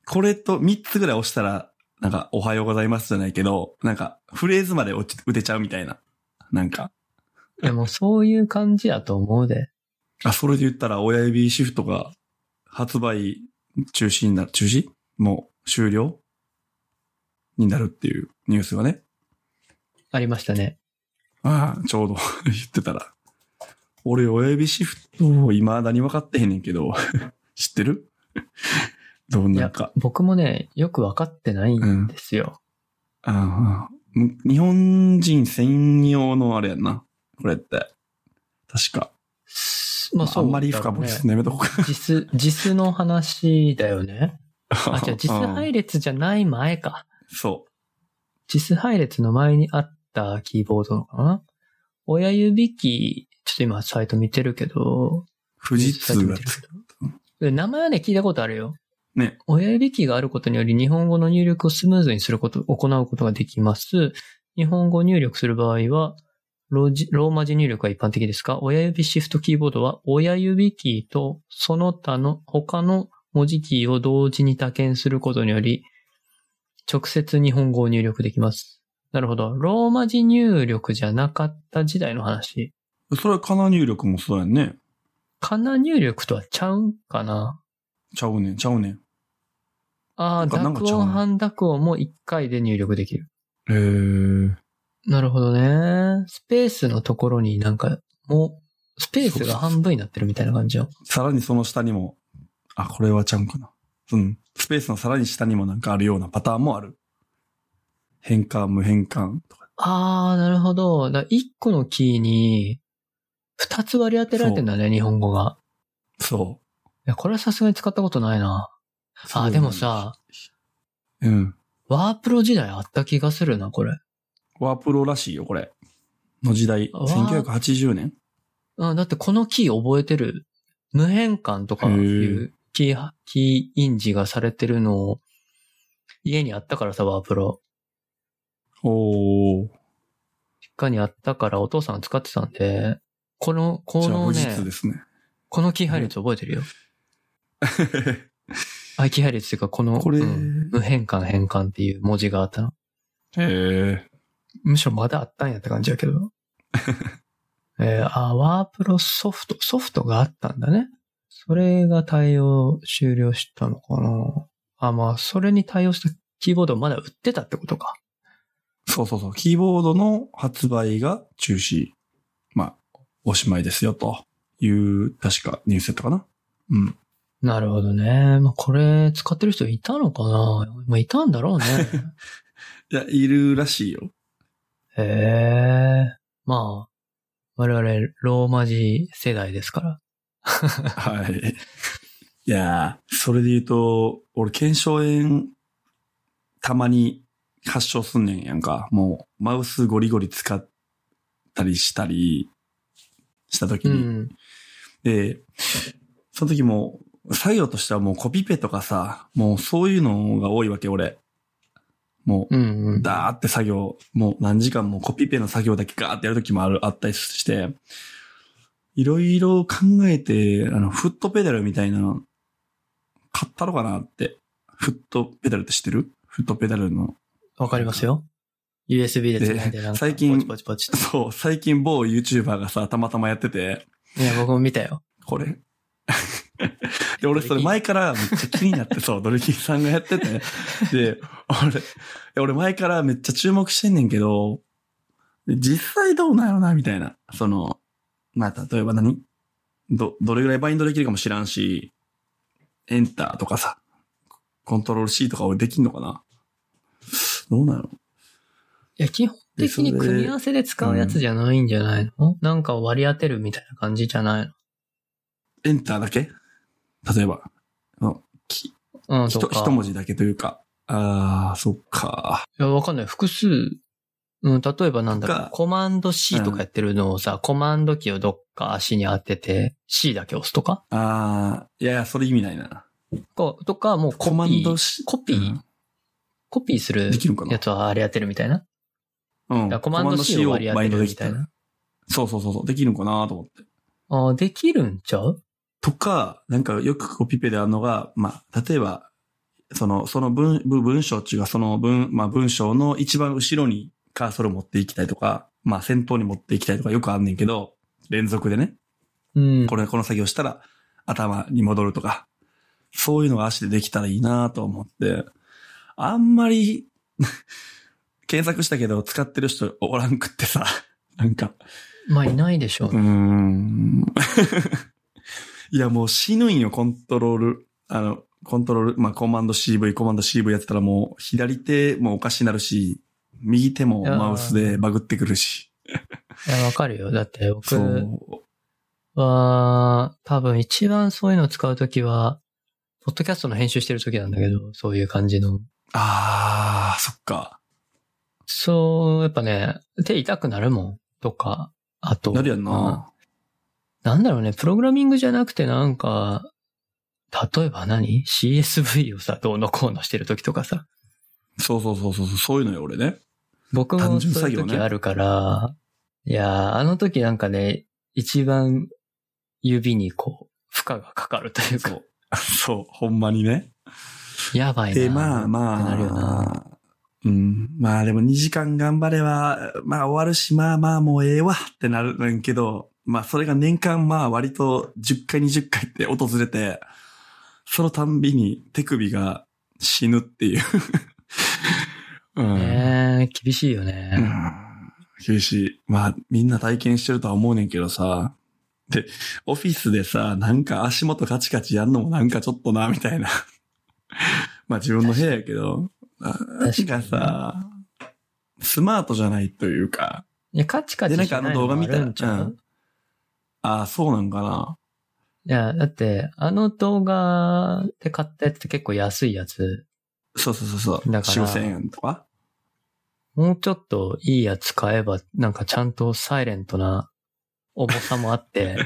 A: これと3つぐらい押したら、なんか、おはようございますじゃないけど、なんか、フレーズまで打ち打てちゃうみたいな。なんか、
B: いや、もうそういう感じやと思うで。
A: あ、それで言ったら、親指シフトが発売中止になる、中止もう終了になるっていうニュースがね。
B: ありましたね。
A: ああ、ちょうど言ってたら。俺、親指シフトを未だに分かってへんねんけど、 [LAUGHS] 知ってるどう
B: い
A: な
B: や
A: んか。、
B: 僕もね、よくわかってないんですよ。
A: ああむ日本人専用のあれやんな。これって。確か。
B: まあ、
A: あ
B: そう、
A: んまり深掘りするのやめとこうか。
B: 実、実の話だ
A: [LAUGHS]
B: よね。あ、じゃあ実
A: うん
B: 配列じゃない前か。
A: そ
B: 実配列の前にあったキーボードのかな親指キー、ちょっと今サイト見てるけど、
A: う。富士通が
B: サイト見てる
A: つ
B: けどで名前はね、聞いたことあるよ。
A: ね。
B: 親指キーがあることにより、日本語の入力をスムーズにすること、行うことができます。日本語を入力する場合は、ロジローマ字入力が一般的ですが、親指シフトキーボードは、親指キーとその他の他の文字キーを同時に多鍵することにより、直接日本語を入力できます。なるほど。ローマ字入力じゃなかった時代の話。
A: それはかな入力もそうやんね。
B: カナ入力とはちゃうんかな
A: ちゃうねん、ちゃうねん。
B: あ
A: な
B: あ、
A: んかなんか
B: 濁
A: ちゃう
B: 音、
A: ね
B: 半濁音も1回で入力できる。
A: へー
B: なるほどね。スペースのところになんか、もう、スペースが半分になってるみたいな感じよ。
A: さらにその下にも、あ、これはちゃうんかな。うん。スペースのさらに下にもなんかあるようなパターンもある。変換、無変換とか。
B: ああ、なるほど。だ1個のキーに、2つ割り当てられてんだね、日本語が。
A: そ
B: いや、これはさすがに使ったことないな。
A: う。
B: ああ、でも。さ、
A: うん。
B: ワープロ時代あった気がするな、これ。
A: ワープロらしいよ、これ。の時代。
B: ワー
A: 1980年。
B: うん、だってこのキー覚えてる。無変換とかいうキー、キー印字がされてるのを、家にあったからさ、ワープロ。
A: おー。
B: 実家にあったからお父さんが使ってたんで、この、こ
A: じゃあ、
B: の
A: 無
B: ね、
A: 実ですね。 [LAUGHS]
B: このキー配列覚えてるよ。廃棄配列っていうか、この、
A: これ
B: うん無変換変換っていう文字があったの。
A: へえ。
B: むしろまだあったんやって感じや
A: [LAUGHS]
B: けど。えーあ、ワープロソフト、ソフトがあったんだね。それが対応終了したのかな。あ、まあ、それに対応したキーボードをまだ売ってたってことか。
A: そうそうそう。キーボードの発売が中止。まあ、おしまいですよ、という、確かニュースだったかな。うん。
B: なるほどね。まあ、これ使ってる人いたのかなまあ、いたんだろうね。
A: いや、いるらしいよ。
B: へえ。まあ、我々、ローマ字世代ですから。
A: はい。いやーそれで言うと、俺、腱鞘炎、たまに発症すんねんやんか。もう、マウスゴリゴリ使ったりしたり、した時
B: う
A: に、
B: ん。
A: で、その時も、作業としてはもうコピペとかさ、もうそういうのが多いわけ、俺。も
B: うんう
A: う、
B: ん。
A: だーって作業、もう何時間もコピペの作業だけガーってやる時もある、あったりして、いろいろ考えて、あの、フットペダルみたいなの、買ったのかなって。フットペダルって知ってるフットペダルの。
B: わかりますよ。USB でつないで
A: で
B: なんか
A: 最近
B: ポチポチポチと。
A: そう、最近某 YouTuber がさ、たまたまやってて、
B: いや、僕も見た
A: [LAUGHS]
B: よ。
A: これ。で、俺それ前からめっちゃ気になって、そう、ドルキンさんがやってて、で、俺いや、俺前からめっちゃ注目してんねんけど、で実際どうなんやろな、みたいな。その、まあ、例えば何ど、どれぐらいバインドできるかも知らんし、エンターとかさ、コントロール C とか俺できんのかなどうなんやろ
B: いや、基本的に組み合わせで使うやつじゃないんじゃないの、なんか割り当てるみたいな感じじゃない
A: エンターだけ例えば、あのき
B: のうん、
A: ひ
B: と
A: と
B: か。
A: 一文字だけというか。ああ、そっか。
B: いや、わかんない。複数。うん、例えばなんだ
A: と
B: ろう
A: か。
B: コマンド C とかやってるのをさ、コマンドキーをどっか足に当てて、C だけ押すとか
A: ああ、いやいや、それ意味ないな。
B: こうとか、もうコ
A: コマン
B: ピ
A: ド
B: ー、
A: し、
B: コピー
A: うん
B: コピーする
A: できるかな
B: やつはあれやってるみたいな。
A: うん
B: だからコマンド C を割り当てるみたい
A: コマンド C をバインドできた
B: な。
A: そうそうそうそう、できるのかなと思って。
B: あーできるんちゃう
A: とか、なんかよくコピペであるのが、まあ、例えば、その、その文、文文章っていうか、その文、まあ文章の一番後ろにカーソル持っていきたいとか、まあ先頭に持っていきたいとかよくあんねんけど、連続でね、
B: うん。
A: これ、この作業したら頭に戻るとか、そういうのが足でできたらいいなと思って、あんまり [LAUGHS] 検索したけど使ってる人おらんくってさ、 [LAUGHS] なんか、
B: まあ、いないでしょう
A: うーん。 [LAUGHS] いや、もう死ぬんよ、コントロール。あの、コントロール、まあ、コマンド CV、コマンド CV やってたらもう左手もおかしになるし、右手もマウスでバグってくるし。
B: いや、わかるよ。だって
A: そ
B: 僕
A: う。
B: は、多分一番そういうのを使うときは、ポッドキャストの編集してるときなんだけど、そういう感じの。
A: あー、そっか。
B: そう、やっぱね、手痛くなるもん。とか、あと、
A: なるやんな。
B: なんだろうね、プログラミングじゃなくてなんか、例えば何 ?CSV をさ、どうのこうのしてるときとかさ。
A: そうそうそうそう、そういうのよ、俺ね。
B: 僕も
A: 単純
B: そう
A: 作
B: いう
A: 業ね
B: 時あるから、いやー、あの時なんかね、一番指にこう、負荷がかかるというか、
A: そう。 [LAUGHS] そう、ほんまにね。
B: やばいな。
A: で、まあま
B: ってなるよな。
A: あ、うん。まあでも2時間頑張れば、まあ終わるし、まあまあもうええわってなるんけど、まあそれが年間まあ割と10回20回って訪れて、そのたんびに手首が死ぬっていう。 [LAUGHS] うん。
B: ねえ厳しいよ
A: う
B: ね。
A: ん厳しい。まあ、みんな体験してるとは思うねんけどさ。で、オフィスでさ、なんか足元カチカチやんのもなんかちょっとな、みたいな。 [LAUGHS] まあ自分の部屋やけど。なん
B: 確か
A: か
B: に
A: さ、スマートじゃないというか。
B: いや、カチカチ
A: で、なん
B: しな
A: か
B: い
A: あの動画見た
B: も
A: ら、
B: あるんちゃう
A: ああ、そうなんかな。
B: いや、だって、あの動画で買ったやつって結構安いやつ。
A: そうそうそうそう。
B: だか
A: 4、
B: ら
A: 5000円とか。
B: もうちょっといいやつ買えば、なんかちゃんとサイレントな重さもあ
A: [LAUGHS]
B: って、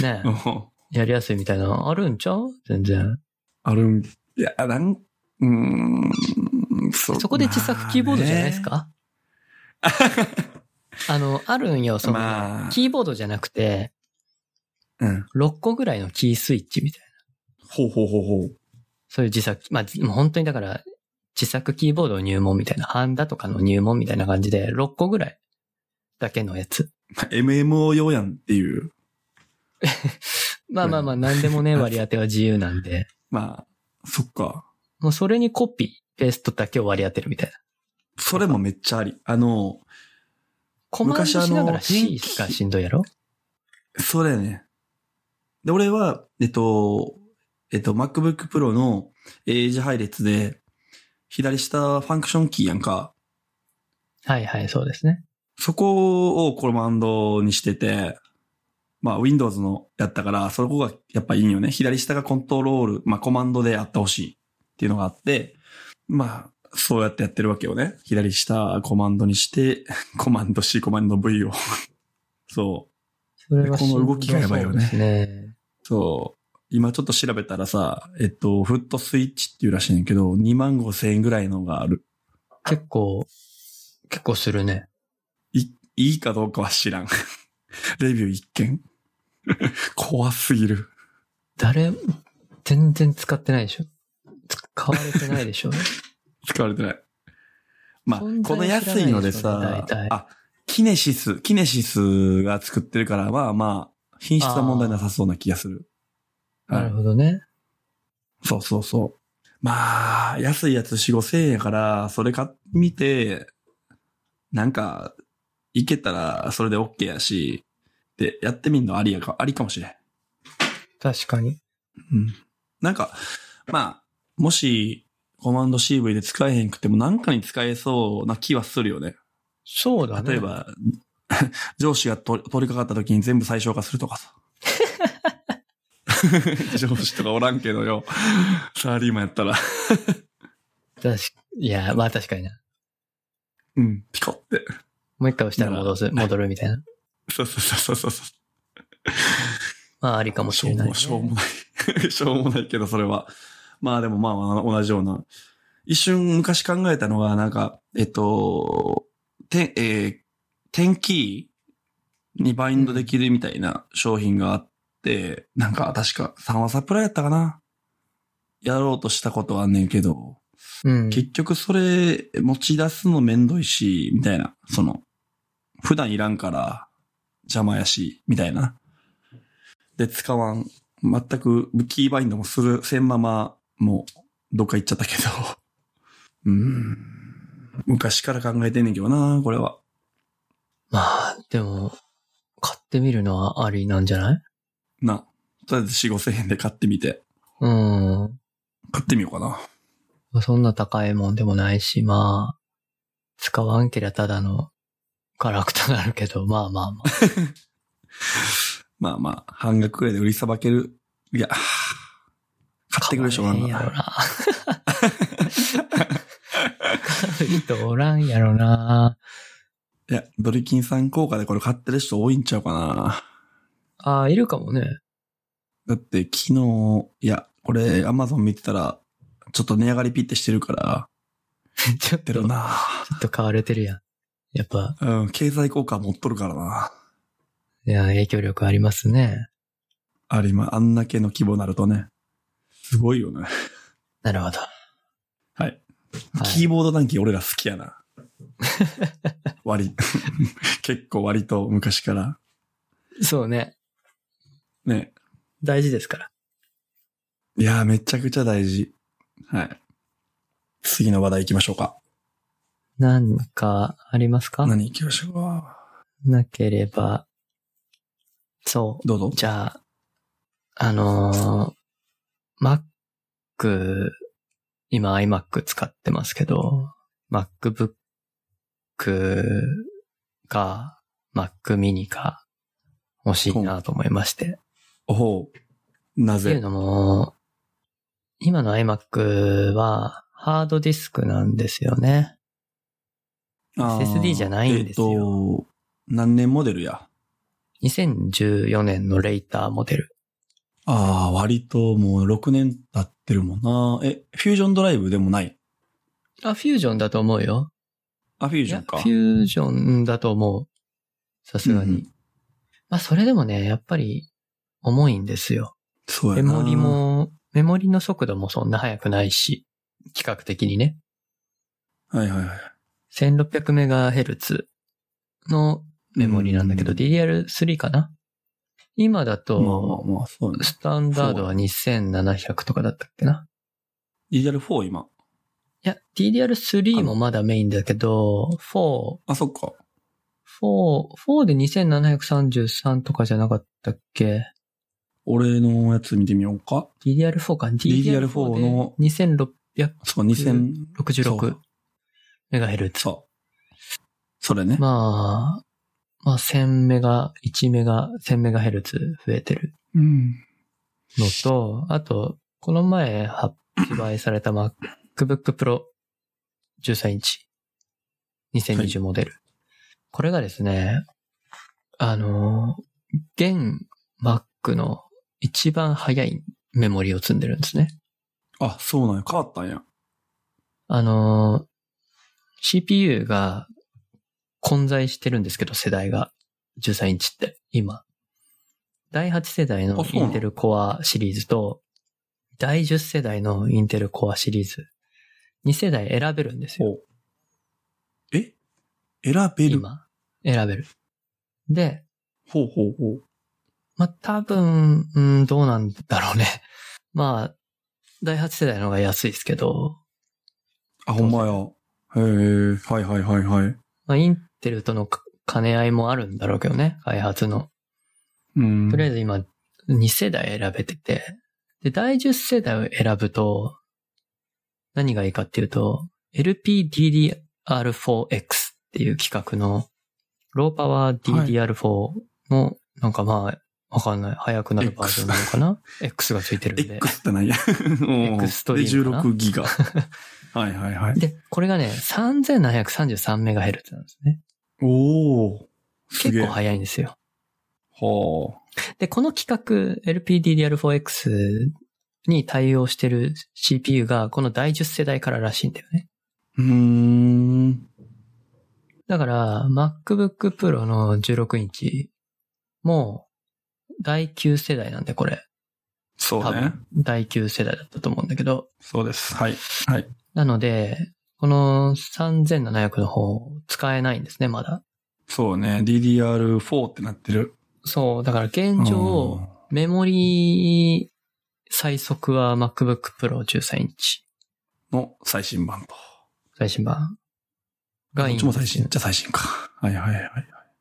B: ね
A: うん
B: え、やりやすいみたいなのあるんちゃう全然。
A: [LAUGHS] あるん、いや、なん、うーん、そ
B: そこで小さくキーボードじゃないですか、あの、あるんよ、その、
A: まあ
B: キーボードじゃなくて、
A: まあねうん。
B: 6個ぐらいのキースイッチみたい
A: ほうほうほうほう。
B: そういう自作、まあ、じもう本当にだから、自作キーボード入門みたいな、ハンダとかの入門みたいな感じで、6個ぐらいだけのやつ。
A: MMO 用やんっていう。
B: まあまあまあ、なんでもね、割り当ては自由なんで、
A: まあ、そっか。
B: もうそれにコピー、ペーストだけを割り当てるみたいな。
A: それもめっちゃあり。あの、
B: コマンド
A: 昔あの
B: しながら
A: 天
B: C
A: 気
B: がしんどいやろ
A: そうだよね。で、俺は、えっと、えっと、MacBook Pro の英字配列で、左下ファンクションキーやんか。
B: はいはい、そうですね。
A: そこをコマンドにしてて、まあ Windows のやったから、そこがやっぱいいよね。左下がコントロール、まあコマンドでやってほしいっていうのがあって、まあそうやってやってるわけよね。左下コマンドにして、 [LAUGHS] コマンド C、コマンド V を。 [LAUGHS] そう。
B: それは
A: この動きがやばいよね
B: しんどそうですね。
A: そう。今ちょっと調べたらさ、えっと、フットスイッチっていうらしいんやけど、2万5千円ぐらいのがある。
B: 結構、結構するね。
A: い、いいかどうかは知らん。 [LAUGHS] レビュー一件 [LAUGHS] 怖すぎる。
B: 誰、全然使ってないでしょ。使われてないで [LAUGHS] しょ。
A: 使われてない。まあ、
B: 存在
A: この安いので
B: 知らな
A: さ
B: いで、すよね大体
A: あ、キネシス、キネシスが作ってるから、まあまあ、品質は問題なさそうな気がする。
B: な
A: は
B: る
A: い。
B: ほどね。
A: そうそうそう。まあ、安いやつ4、5千円やから、それ買ってみて、なんか、いけたらそれで OK やし、で、やってみんのありやか、ありかもしれん。
B: 確かに。
A: うん。なんか、まあ、もし、コマンド CV で使えへんくても、なんかに使えそうな気はするよね。
B: そうだね。
A: 例え。ば、 [LAUGHS] 上司がと取り掛かった時に全部最小化するとかさ。 [LAUGHS] 上司とかおらんけどよ。サラリーマンやったら。
B: 確かいや、まあ確かにな。
A: うん、ピコって。
B: もう一回押したら戻す、
A: なら
B: 戻るみたいな。
A: そうそうそうそうそう。
B: まあありかもしれない、ね。
A: しょうもない。 [LAUGHS] しょうもないけど、それは。まあでもまあまあ同じような。一瞬昔考えたのが、なんか、えっと、て、えー、天キーにバインドできるみたいな商品があって、なんか確か3話サプライやったかなやろうとしたことはあんねんけど、
B: うん。
A: 結局それ持ち出すのめんどいし、みたいな。その、普段いらんから邪魔やし、みたいな。で、使わん。全くキーバインドもする、せんまま、もう、どっか行っちゃったけど。 [LAUGHS] うーん。昔から考えてんねんけどな、これは。
B: まあ、でも、買ってみるのはありなんじゃない
A: な。とりあえず4、5千円で買ってみて。
B: うん。
A: 買ってみようかな。
B: まあそんな高いもんでもないし、まあ、使わんけりゃただのガラクタなるけど、まあまあまあ。
A: まあまあ、半額ぐらいで売りさばける。いや、買ってくれる人おらん
B: 買
A: か
B: わへ
A: な
B: んやろな。買う人おらんやろな。
A: いや、ドリキンさん効果でこれ買ってる人多いんちゃうかな。
B: ああ、いるかもね。
A: だって昨日、いや、これ Amazon 見てたら、ちょっと値上がりピッてしてるから、
B: ちょっと、
A: 出
B: ちょ
A: るな。
B: っと買われてるやん。やっぱ、
A: うん、経済効果持っとるからな。
B: いや、影響力ありますね。
A: あれ今、あんだけの規模になるとね。すごいよね。
B: なるほど。
A: はい。
B: はい
A: キーボード談義俺ら好きや [LAUGHS] な。 [LAUGHS] 割り、結構割と昔から。
B: そうね。
A: ね。
B: 大事ですから。
A: いやー、めちゃくちゃ大事。はい。次の話題行きましょうか。
B: 何かありますか
A: 何行きましょうか。
B: なければ、そう。
A: どうぞ。
B: じゃあ、あのー、Mac、今 iMac 使ってますけど、MacBook か Mac mini か欲しいなと思いまして。
A: おほう。な
B: っていう
A: ぜ
B: のも、今の iMac はハードディスクなんですよね。SSD じゃないんですよ
A: えっ、と、何年モデルや
B: 2014年のレイターモデル。
A: ああ、割ともう6年経ってるもんな。え、フュージョンドライブでもない
B: あ、フュージョンだと思うよ。
A: あ、フュー
B: い
A: ジョ
B: や
A: ン
B: フ
A: か。
B: ュージョンだと思う。さすがに。
A: うんうん
B: まあ、それでもね、やっぱり重いんですよ。
A: そう
B: メ
A: やな。
B: モリ。もメモリの速度もそんな速くないし、比較的にね、
A: はいはいはい。
B: 1600MHz のメモリなんだけど、
A: うん
B: DDR3 かな今だ
A: まあま
B: と、
A: あまあ、そうね。
B: スタンダードは2700とかだったっけな
A: DDR4 今。
B: いや、DDR3 もまだメインだけど、4、
A: あ、そっか。
B: 4、4で2733とかじゃなかったっけ
A: 俺のやつ見てみようか。
B: ?DDR4 か
A: DDR4 のそう、2000、そう
B: 2666MHz。
A: そう。それね。
B: まあ、まあ1000メガ、1メガ、1000メガヘルツ増えてる
A: うん。
B: のと、あと、この前発売された MacBook Pro 13インチ2020モデル。これがですね、あの、現 Mac の一番早いメモリを積んでるんですね。
A: あ、そうなんや。変わったんや。
B: あの、CPU が混在してるんですけど、世代が。13インチって、今。第8世代の
A: あそう
B: イ
A: なの
B: ンテルコアシリーズと、第10世代のインテルコアシリーズ。2世代選べるんですよ。
A: おえ選べる
B: 今。選べる。で、
A: ほうほうほう。
B: まあ、多分、うん、どうなんだろうね。 [LAUGHS] まあ、第8世代の方が安いですけど、
A: あ、ほんまや。へえ、はいはいはいはい。
B: まあ、インテルとのか兼ね合いもあるんだろうけどね、開発の。
A: うん。
B: とりあえず今、2世代選べてて、で、第10世代を選ぶと、何がいいかっていうと、LPDDR4X っていう企画の、ローパワー DDR4 の、なんかまあ、わかんない。早くなるバージョンなのかな ?X がついてるんで。
A: X って
B: [LAUGHS]
A: 何や。
B: エクストリームかな
A: で、16ギガ。 [LAUGHS] はいはいはい。
B: で、これがね、3733MHz なんですね。
A: おお。すげ
B: 結
A: え。
B: 構早いんですよ。
A: は
B: で、この企画、LPDDR4X に対応してる CPU が、この第10世代かららしいんだよね。
A: あ。うーん。
B: だから、MacBook Pro の16インチも、第9世代なんで、これ。
A: そう
B: 多
A: ね。
B: 分、第9世代だったと思うんだけど。
A: そうです。はい。はい。
B: なので、この3700の方、使えないんですね、まだ。
A: そうね。DDR4 ってなってる。
B: そう、だから現状、メモリ最速は MacBook Pro 13インチ。
A: うんの最新版と。
B: 最新版がいい
A: ど
B: ん
A: っ
B: で
A: ち
B: すよ
A: も最新。じゃあ最新か。はいはいはいはい。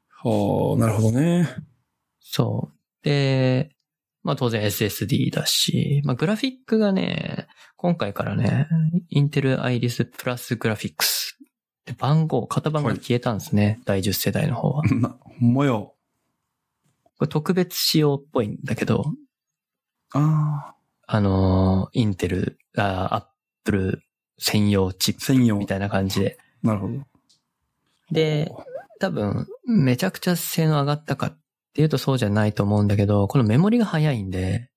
A: はあ、なるほどね。
B: そう。で、まあ当然 SSD だし、まあグラフィックがね、今回からね、Intel Iris Plus Graphics って番号、型番が消えたんですね。第10世代の方は。
A: な、ほんまよ。
B: これ特別仕様っぽいんだけど、
A: ああ、
B: あのー、Intel、あー Apple 専用チップ
A: 専用。
B: みたいな感じで。
A: なるほど。
B: で、多分、めちゃくちゃ性能上がったかっていうとそうじゃないと思うんだけど、このメモリが早いんで、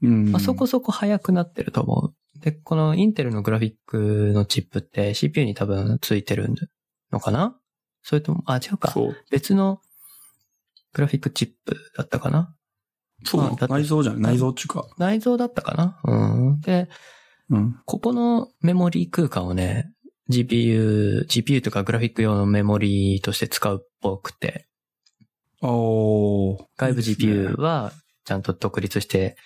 A: うん。
B: まあ、そこそこ早くなってると思う。で、このインテルのグラフィックのチップって CPU に多分ついてるのかなそれとも、あ、違うか。
A: そう。
B: 別のグラフィックチップだったかな
A: そうなの
B: まあだって
A: 内臓じゃない内臓っていうか。
B: 内蔵だったかなうん。で、
A: うん。
B: ここのメモリ空間をね、GPU、GPU とかグラフィック用のメモリとして使うっぽくて、
A: おー
B: 外部
A: いいですね
B: GPU はちゃんと独立して、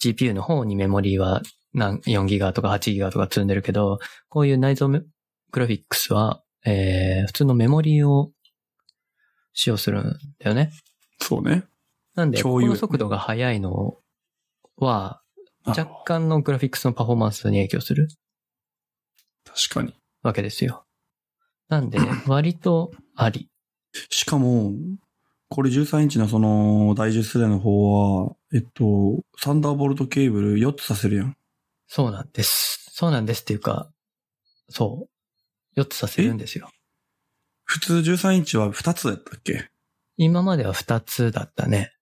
B: GPU の方にメモリーは何4ギガとか8ギガとか積んでるけど、こういう内蔵メグラフィックスは、えー、普通のメモリーを使用するんだよね。
A: そうね。
B: なんで、
A: 共
B: こ
A: 有
B: の速度が速いのは、
A: なる
B: 若
A: ほど
B: 干のグラフィックスのパフォーマンスに影響する
A: 確かに。
B: わけですよ。な
A: [LAUGHS]
B: んで、割とあり。
A: しかも、これ13インチのその、第10世代の方は、えっと、サンダーボルトケーブル4つさせるやん。
B: そうなんです。そうなんですっていうか、そう。4つさせるんですよ。
A: 普通13インチは2つやったっけ
B: 今までは2つだったね。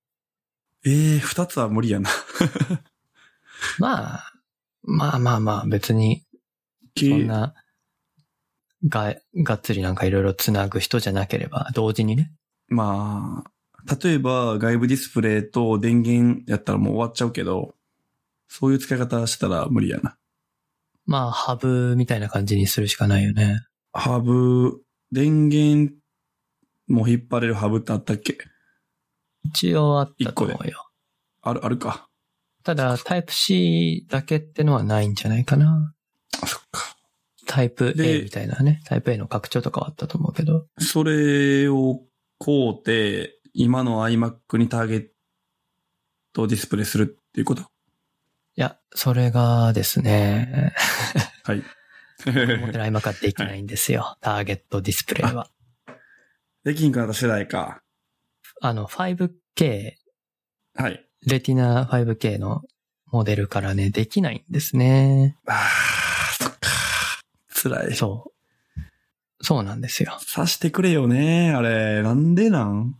A: ええー、2つは無理やな。
B: まあ、まあまあまあ、別に、そんな、が、がっつりなんかいろいろ繋ぐ人じゃなければ、同時にね。
A: まあ、例えば外部ディスプレイと電源やったらもう終わっちゃうけど、そういう使い方したら無理やな。
B: まあ、ハブみたいな感じにするしかないよね。
A: ハブ、電源も引っ張れるハブってあったっけ
B: 一応あったと思うよ。
A: ある、あるか。
B: ただ、タイプ C だけってのはないんじゃないかな。
A: あ、そっか。
B: タイプ
A: で
B: A みたいなね。タイプ A の拡張とかはあったと思うけど。
A: それをこうて、今の iMac にターゲットをディスプレイするっていうこと
B: いや、それがです
A: [LAUGHS]
B: ね、
A: はい。
B: 思ってない今買っていけないんですよ。ターゲットディスプレイは。
A: できんくなった世代か。
B: あの、5K、
A: はい。
B: レティナ 5K のモデルからね、できないんですね。
A: あー、そっか。辛い。
B: そう。そうなんですよ。
A: さしてくれよね、あれ。なんでなん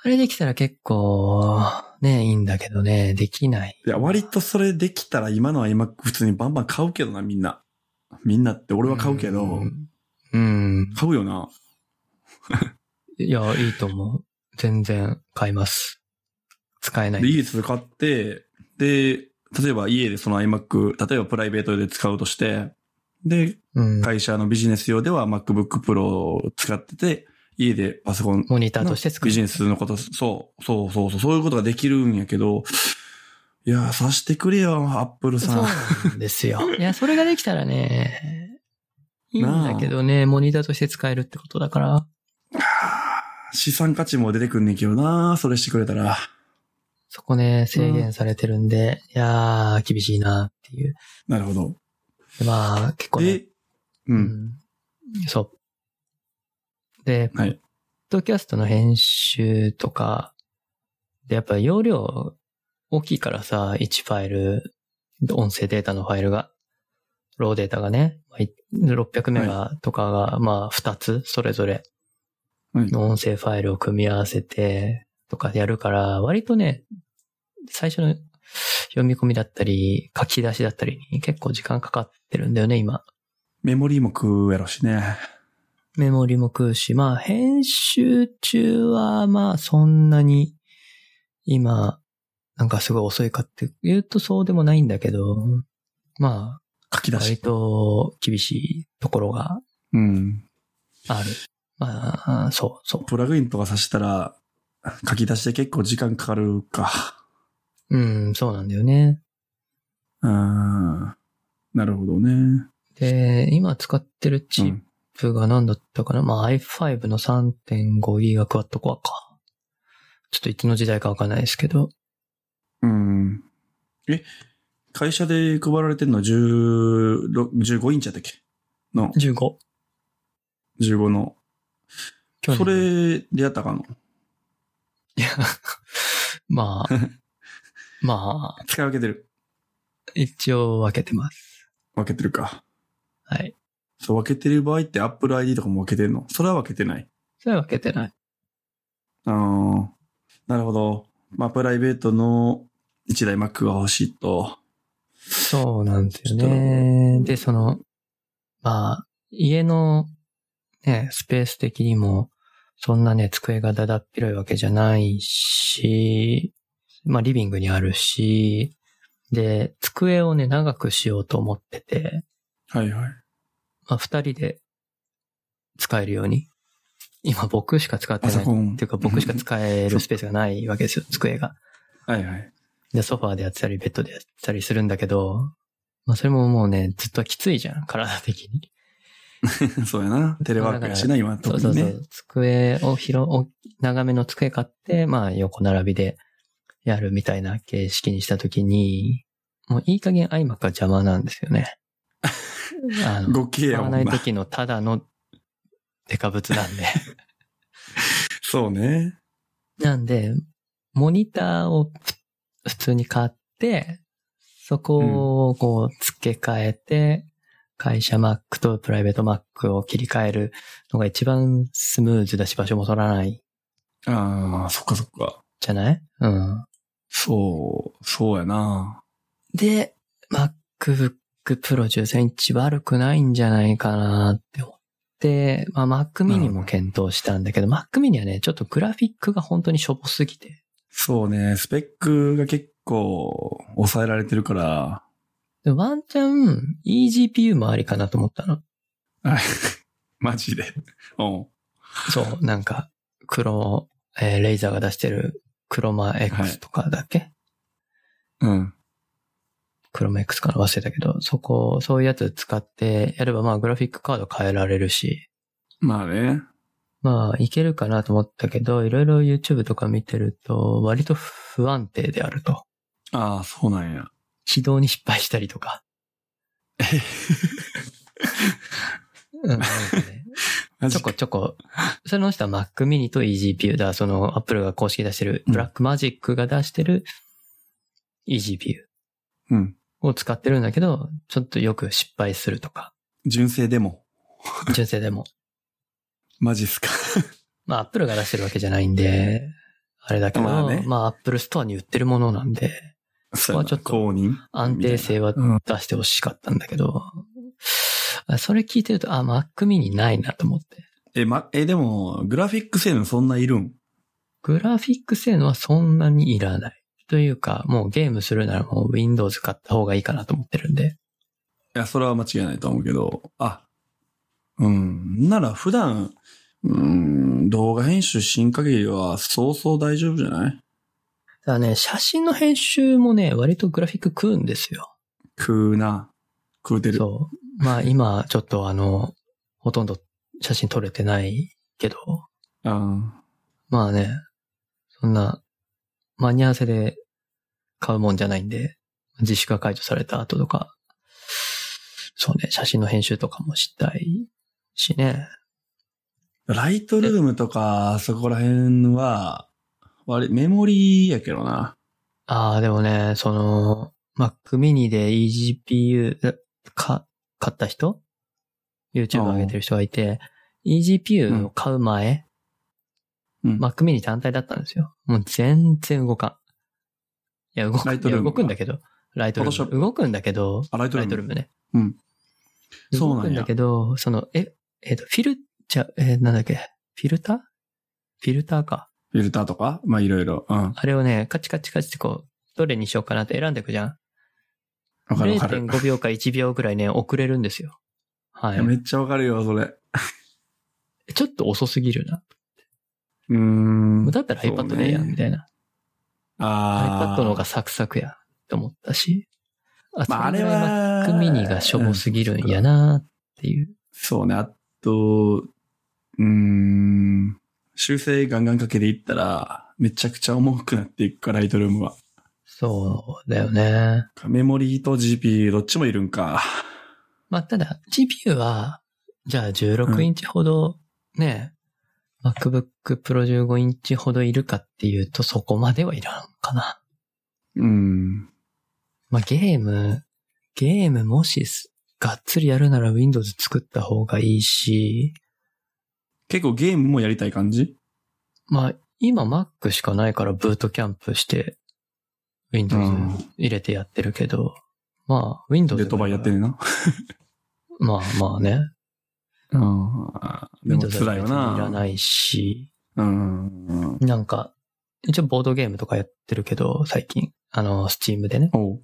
B: あれできたら結構、ね、いいんだけどね、できない。
A: いや、割とそれできたら今の iMac 普通にバンバン買うけどな、みんな。みんなって俺は買うけど、
B: うん。うん
A: 買うよな。
B: いや、いいと思う。全然買います。使えない。
A: で、いいです買って、で、例えば家でその iMac、例えばプライベートで使うとして、で、
B: うん。
A: 会社のビジネス用では MacBook Pro を使ってて、家でパソコン
B: モニターとして作
A: ビジ
B: る。
A: ネスのこと、そう、そうそうそう、そういうことができるんやけど、いやー、さしてくれよ、アップル
B: そう
A: さん。
B: なんです
A: [LAUGHS]
B: よ。いや、それができたらね、いいんだけどね、モニターとして使えるってことだから。
A: 資産価値も出てくんねんけどなそれしてくれたら。
B: そこね、制限されてるんで、いやー、厳しいなっていう。
A: なるほど。
B: でまあ、結構ね。
A: で、う。
B: うんそう。で、ポ
A: はい
B: ッドキャストの編集とか、で、やっぱ容量大きいからさ、1ファイル、音声データのファイルが、ローデータがね、まあい600メガとかが、まあ2つ、それぞれ
A: はい
B: の音声ファイルを組み合わせて、とかやるから、割とね、最初の読み込みだったり、書き出しだったりに結構時間かかってるんだよね、今。
A: メモリーも食うやろしね。
B: メモリも食うし、まあ編集中はまあそんなに今なんかすごい遅いかって言うとそうでもないんだけど、ま
A: 書き
B: あ
A: 出
B: 割
A: し。
B: と厳しいところが
A: うん。
B: ある。まあ、そうそ
A: プラグインとかさしたら、書き出しで結構時間かかるか。
B: う。うん、そうなんだよね。
A: うーん。なるほどね。
B: で、今使ってるチ
A: う
B: ッ
A: ん
B: プが何だったかな、まあ i5 の 3.5GB クワットコアか。ちょっといつの時代かわかんないですけど。
A: うん。え、会社で配られてんの16 15インチやったっけの、
B: 15。
A: 15の。
B: 去年
A: それでやったかの
B: いや、ま
A: [LAUGHS]
B: あ、まあ、
A: 使い分けてる。
B: 一応分けてます。
A: 分けてるか。
B: はい。
A: そう、分けてる場合って Apple ID とかも分けてんのそれは分けてない。
B: それは分けてない。
A: あーなるほど。まあ、プライベートの1台 Mac が欲しいと。
B: そうなんですよね。で、その、まあ、家の、ね、スペース的にも、そんなね、机がだだっ広いわけじゃないし、まあ、リビングにあるし、で、机をね、長くしようと思ってて、
A: はいはい。
B: まあ、二人で使えるように。今、僕しか使って
A: パ
B: な
A: ソ
B: い
A: コン。
B: っていうか僕しか使えるスペースがないわけですよ、机が。
A: はいはい。 [LAUGHS]
B: で、ソファーでやってたり、ベッドでやってたりするんだけど、まあそれももうね、ずっときついじゃん、 [LAUGHS] 体的に。
A: そうやな。テレワークやしな、今、
B: そ
A: 特
B: うそう
A: に
B: そ
A: ね。
B: う。机を広、お長めの机買って、まあ横並びでやるみたいな形式にしたときに、もういい加減 iMac が邪魔なんですよ
A: [LAUGHS]
B: ね。あの、
A: ご機
B: 使
A: 嫌
B: わ
A: も
B: なんい
A: な。
B: 時のただのデカ物なんで。
A: そうね。
B: なんで、モニターをふ普通に買って、そこをこう付け替えて、会社 Mac とプライベート Mac を切り替えるのが一番スムーズだし場所も取らない
A: ああ、そっかそっか。
B: じゃないうん。
A: そう、そうやな。
B: で、MacBook Pro 13インチ悪くないんじゃないかなって思って、まあ Mac mini も検討したんだけど、Mac mini はね、ちょっとグラフィックが本当にしょぼすぎて。
A: そうね。スペックが結構抑えられてるから、
B: でワンチャン、eGPU もありかなと思ったの。
A: はいマジで。 [LAUGHS] うん。
B: そう、なんか、黒、えーレイザーが出してる、クロマ
A: はい
B: X とかだっけ、
A: うん。
B: クロマ X かな忘れたけど、そこ、そういうやつ使ってやれば、まあ、グラフィックカード変えられるし、
A: まあね。
B: まあ、いけるかなと思ったけど、いろいろ YouTube とか見てると、割と不安定であると。
A: ああ、そうなんや。
B: 起動に失敗したり
A: [LAUGHS]
B: とか。うん、なんかね
A: マ
B: ち
A: ジ
B: ょこ
A: か。
B: ちょこ。 [LAUGHS] その人は Mac mini と eGPU だ。その Apple が公式で出してる、
A: うん
B: ブラックマジックが出してる eGPU
A: うん。
B: を使ってるんだけど、ちょっとよく失敗する
A: [LAUGHS]
B: とか。
A: 純正でも。
B: 純正でも。
A: マジっす
B: [LAUGHS]
A: か。
B: まあ Apple が出してるわけじゃないんで、あれだけど、
A: ま
B: ま
A: あ
B: あ、
A: ね
B: Apple ストアに売ってるものなんで、
A: そうやな
B: ちょっと
A: 公認
B: 安定性は
A: うん
B: 出してほしかったんだけど、あそれ聞いてると、あ、Mac mini ないなと思って。
A: え、ま、え、でも、グラフィック性能そんないるん
B: グラフィック性能はそんなにいらない。というか、もうゲームするならもう Windows 買った方がいいかなと思ってるんで。
A: いや、それは間違いないと思うけど、あ、うん、なら普段、うん、動画編集しん限りは、そうそう大丈夫じゃない
B: ただね、写真の編集もね、割とグラフィック食うんですよ。
A: 食うな。食うてる。
B: そう。まあ今、ちょっとあの、ほとんど写真撮れてないけど、
A: あ
B: まあね、そんな、間に合わせで買うもんじゃないんで、自粛が解除された後とか、そうね、写真の編集とかもしたいしね。
A: ーライトルームとか、そこら辺は、割れ、メモリーやけどな。
B: ああ、でもね、その、Mac mini で eGPU、えか、買った人 ?YouTube 上げてる人がいて、eGPU を買う前、
A: うん。
B: Mac mini 単体だったんですよ。もう全然動かん。いや、動く、
A: ライト
B: い
A: ルー
B: や
A: ム
B: 動くんだけど、ライトルー
A: Photoshop
B: ム。動くんだけど、
A: あ、ライトルー
B: ライ
A: ム。
B: トルームね。
A: うん。そう
B: 動
A: な
B: く
A: ん
B: ん
A: や
B: だけど、その、え、えっ、と、フィル、ちゃ、えーなんだっけ、フィルターフィルターか。
A: フィルターとかまあ、いろいろ。うん。わ
B: あれをね、カチカチカチってこう、どれにしようかなって選んでいくじゃん。
A: かるわかる。
B: 0.5秒か1秒ぐらいね、遅れるんですよ。はい
A: やめっちゃわかるよ、それ。
B: い。ちょっと遅すぎるな。
A: うーん。
B: だったら
A: そうね
B: iPad でいいやん、みたいな。
A: あ
B: iPad
A: ー
B: の方がサクサクや、と思ったし。あ
A: まあ、あ
B: そ
A: れ
B: ぐらい
A: は、
B: Mac mini がしょぼすぎるんやなっていう。
A: そうね、あと、うーん、修正ガンガンかけていったら、めちゃくちゃ重くなっていくから、ライトルームは。
B: そうだよね。
A: メモリーと GPU どっちもいるんか。
B: まあ、ただ、GPU は、じゃあ16インチほど、ね、MacBook Pro 15インチほどいるかっていうと、そこまではいらんかな。
A: うん。
B: まあ、ゲーム、ゲームもしす、がっつりやるなら Windows 作った方がいいし、
A: 結構ゲームもやりたい感じ
B: まあ、今 Mac しかないからブートキャンプして、Windows
A: うん
B: 入れてやってるけど、まあ、Windows
A: デッドバイやってんねんな。
B: まあまあね。
A: うん。でも
B: Windows
A: 辛いよ
B: 別にいら
A: な。
B: ないし、
A: うん。
B: なんか、一応ボードゲームとかやってるけど、最近。あの、Steam でね。
A: おう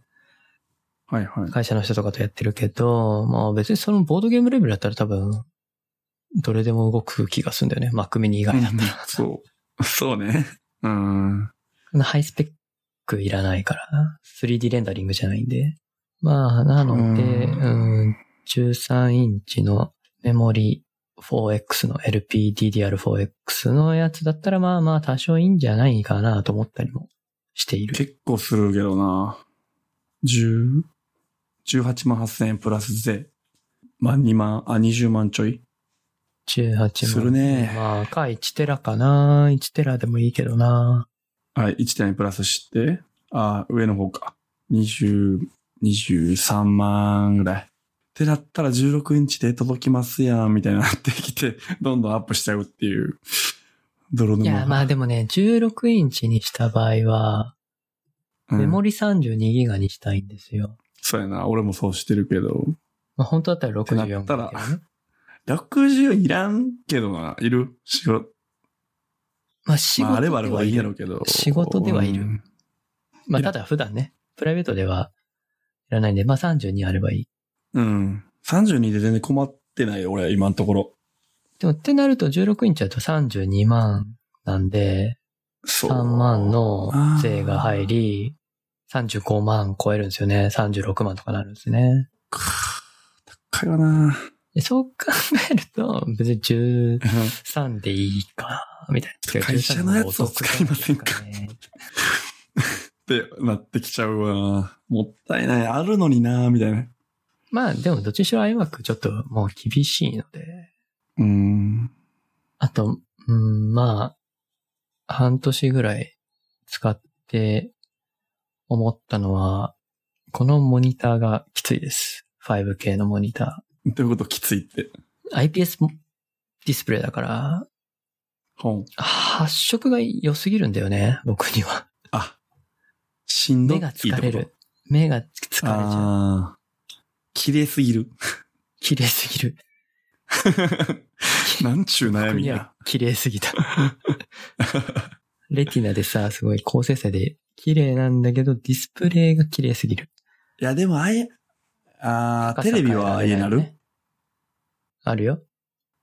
A: はいはい。
B: 会社の人とかとやってるけど、まあ別にそのボードゲームレベルだったら多分、どれでも動く気がするんだよね。Mac mini 以外だったら。
A: そう。そうね。うん。
B: そんなハイスペックいらないからな。3D レンダリングじゃないんで。まあ、なので、
A: う
B: うんん13インチのメモリ 4X の LPDDR4X のやつだったらまあまあ多少いいんじゃないかなと思ったりもしている。
A: 結構するけどな。10? 18万8000円プラス税。まあ2万、あ、20万ちょい。
B: 18万。
A: するね
B: まあ、か1テラかな。1テラでもいいけどな。
A: はい、1.2プラスして、あ、上の方か。20、23万ぐらい。ってなったら16インチで届きますやん、みたいになってきて、 [LAUGHS] どんどんアップしちゃうっていう、泥
B: い
A: 沼。
B: や、まあでもね、16インチにした場合は、
A: うん
B: メモリ32ギガにしたいんですよ。
A: そうやな、俺もそうしてるけど。
B: まあ本当だったら64ギガ、ね。
A: ってなったら60いらんけどな、いる仕事。
B: まあ仕
A: まあ、あ
B: 事
A: れ
B: で
A: ばあれば
B: は
A: い
B: いい
A: や
B: や
A: ろ
B: ろ
A: うけど。
B: 仕事ではいる
A: うん
B: まあ、ただ普段ね、プライベートではいらないんで、まあ32あればいい。
A: うん。32で全然困ってないよ、俺、今のところ。
B: でもってなると16インチだと32万なんで、
A: そう。
B: 3万の税が入り、35万超えるんですよね。36万とかなるんですね。
A: くー。 [SIGHS] 高いわな
B: でそう考えると、別に13でいいか、みたいな。
A: 会社のやつを使いませんか
B: 13の方がお得なんですね
A: ってなってきちゃうわ。もったいない。あるのになみたいな。
B: まあ、でもどっちにしろ iMac ちょっともう厳しいので、
A: うん。
B: あと、うん、まあ、半年ぐらい使って思ったのは、このモニターがきついです。5K のモニタ
A: ということきついって。
B: ー。IPS ディスプレイだから、
A: 本。
B: 発色が良すぎるんだよね、僕には。
A: あ。しんどい
B: 目
A: って
B: が
A: こと。
B: 疲れる。目が疲れちゃう。
A: ああ。綺麗すぎ
B: [LAUGHS]
A: る。
B: 綺麗すぎる。
A: なんちゅう悩
B: 僕
A: み
B: に
A: や
B: は。綺麗すぎた。 [LAUGHS] レティナでさ、すごい高精細で綺麗なんだけど、ディスプレイが綺麗すぎる。
A: いや、でもあえ、ああ、
B: 高さ
A: テレビはああ
B: 変え
A: いう
B: ら
A: な
B: れいよ
A: る
B: ねあるよ。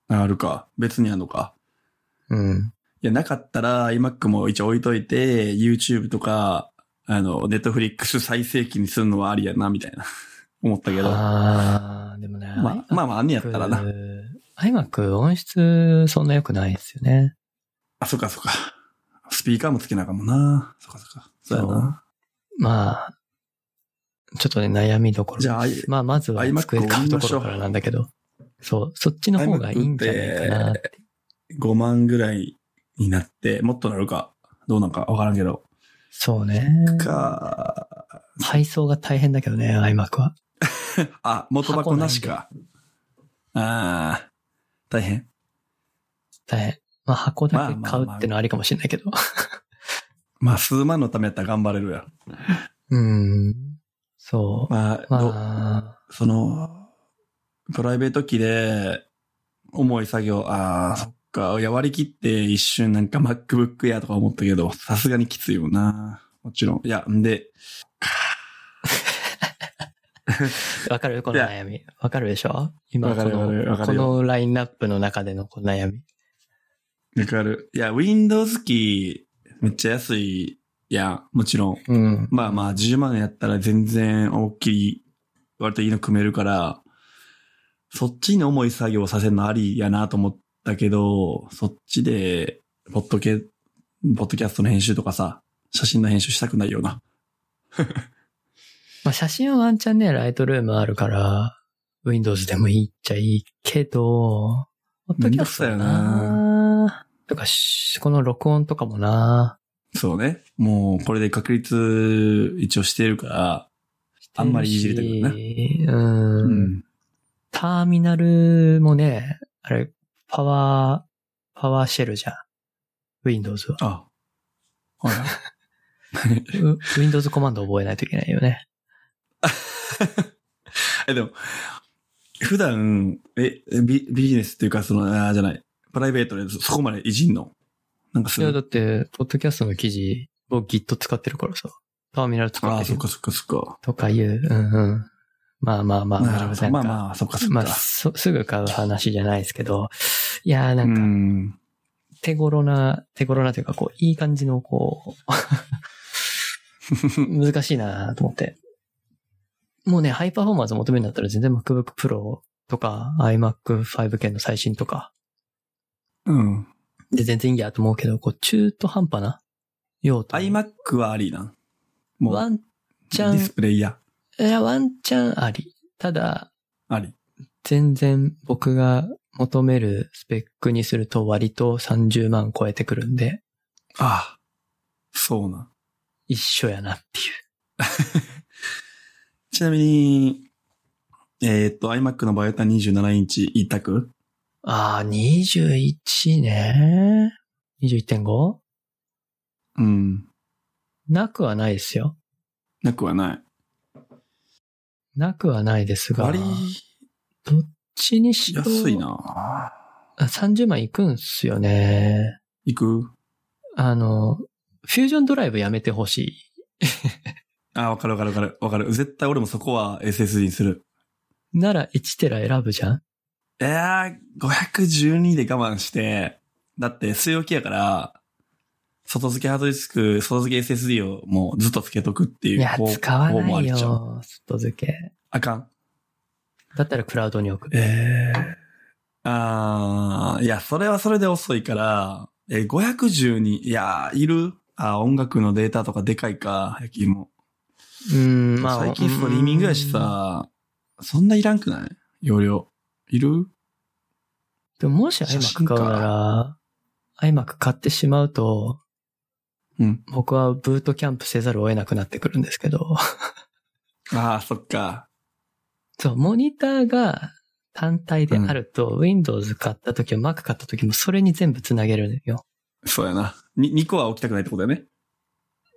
A: あるか。別にあるのか。
B: うん。
A: いや、なかったら iMac も一応置いといて、YouTube とか、あの、Netflix 再生機にするのはありやな、みたいな。思ったけど。ま
B: ああ、でもね。
A: あ、まあまあ、あんねやったらな。。
B: iMac 音質そんな良くないですよね。
A: あ、そっかそっか。スピーカーもつけなあかんもんな。そっかそっか。そうやな。
B: まあ、ちょっとね、悩みどころ。
A: じゃあ、あい
B: まあ、まずは
A: iMac
B: 机買うところからなんだけど。そう、そっちの方がいいんじゃないかなって。
A: 5万ぐらいになって、もっとなるか、どうなんかわからんけど。
B: そうね。
A: か、
B: 配送が大変だけどね、iMac は。
A: あ、元箱なしか。ああ、大変。
B: 大変。まあ、箱だけ
A: まあま
B: 買
A: あ
B: う
A: まあ
B: ってのはありかもしれないけど。
A: まあ、数万のためやったら頑張れるやん。
B: うん。そう。
A: まあ、ど
B: ま
A: その、プライベート機で、重い作業、ああ、そっか。いや、割り切って一瞬なんか MacBook Air とか思ったけど、さすがにきついよな。もちろん。いや、んで、
B: あ、わかるこの悩み。わかるでしょ今
A: わ
B: こ
A: かるわかるわ
B: の、
A: か
B: こ
A: るよ
B: のラインナップの中でのこの悩み。
A: わかる。いや、Windows 機、めっちゃ安いやん。もちろん。
B: うん。
A: まあまあ、10万やったら全然大きい、割といいの組めるから、そっちに重い作業をさせるのありやなと思ったけど、そっちで、ポッドキャ、ポッドキャストの編集とかさ、写真の編集したくないよな。
B: まあ、写真はワンチャンね、ライトルームあるから、Windows でもいいっちゃいいけど、ホットキャスト
A: めんどくさいよ
B: とかし、この録音とかもな。
A: そうね。もう、これで確率一応してるから、あんまりいじりたくない
B: な。うん。
A: うん。
B: ターミナルもね、あれ、パワー、パワーシェルじゃん。Windows
A: [LAUGHS]
B: は。
A: あ。はい。
B: [LAUGHS] う Windows コマンド覚えないといけないよね。
A: え、でも、普段、え、ビビジネスっていうか、その、あーじゃない、プライベートでそこまでいじんのなんかす
B: いや、だ
A: る。
B: って、ポッドキャストの記事を Git 使ってるからさ。ターミナル使
A: あ
B: っ
A: あ、
B: て
A: そ
B: る
A: っかそっかそっか。
B: とかいう。うんうん。まあまあまあ。
A: なるほ
B: な
A: ど。
B: ん
A: まあ
B: か
A: まあ、そっかそっか。
B: まあ、そすぐ買う話じゃないですけど、いやーな
A: うん
B: か、
A: ん。
B: 手頃な、手頃なというか、こう、いい感じの、こ
A: [LAUGHS]
B: う、難しいなと思って。もうね、ハイパフォーマンス求めるんだったら全然 MacBook Pro とか iMac 5K の最新とか
A: うん。
B: で全然いいやと思うけど、こう、中途半端な用途。
A: iMac はありなん。も
B: ワ
A: う、
B: ン
A: デ
B: チャ
A: ィ
B: ン
A: ス、プレイや。
B: いや、ワンチャンあり。ただ、
A: あり。
B: 全然僕が求めるスペックにすると割と30万超えてくるんで、
A: ああ。そうなん。
B: 一緒やなっていう。
A: ちなみに、えーっと、iMac の場合だったら27インチ一択
B: ああ、21ね。21.5?
A: うん。
B: なくはないですよ。
A: なくはない。
B: なくはないですが。
A: 割、
B: どっちにしろ。
A: 安い。な。
B: あ30万いくんすよね。
A: いく
B: あの、フュージョンドライブやめてほしい
A: あ、わかるわかるわかる。わかる。絶対俺もそこは SSD にする。
B: なら1テラ選ぶじゃん
A: えー、512で我慢して、だって据え置きやから、外付けハードディスク、外付け SSD をもうずっとつけとくってい
B: いうや、
A: 方
B: 使わ
A: 方も
B: な
A: あ
B: い
A: りちゃう。
B: よ。外付け。
A: あかん。
B: だったらクラウドに置く。
A: えー、あーいや、それはそれで遅いから、えー、512、いやー、いるあー音楽のデータとかでかいか、野球も。
B: うん、まあ。
A: 最近ストリーミングやしさ、そんないらんくない容量。いる
B: うん。でももし
A: 写真
B: iMac
A: か
B: 買うなら、iMac 買ってしまうと、
A: うん。
B: 僕はブートキャンプせざるを得なくなってくるんですけど、 [LAUGHS]
A: ああ、そっか。
B: そう、モニターが単体であると、Windows 買った時も Mac 買った時もそれに全部つなげるのよ。
A: そうやな。に、2個は置きたくないってことだよね。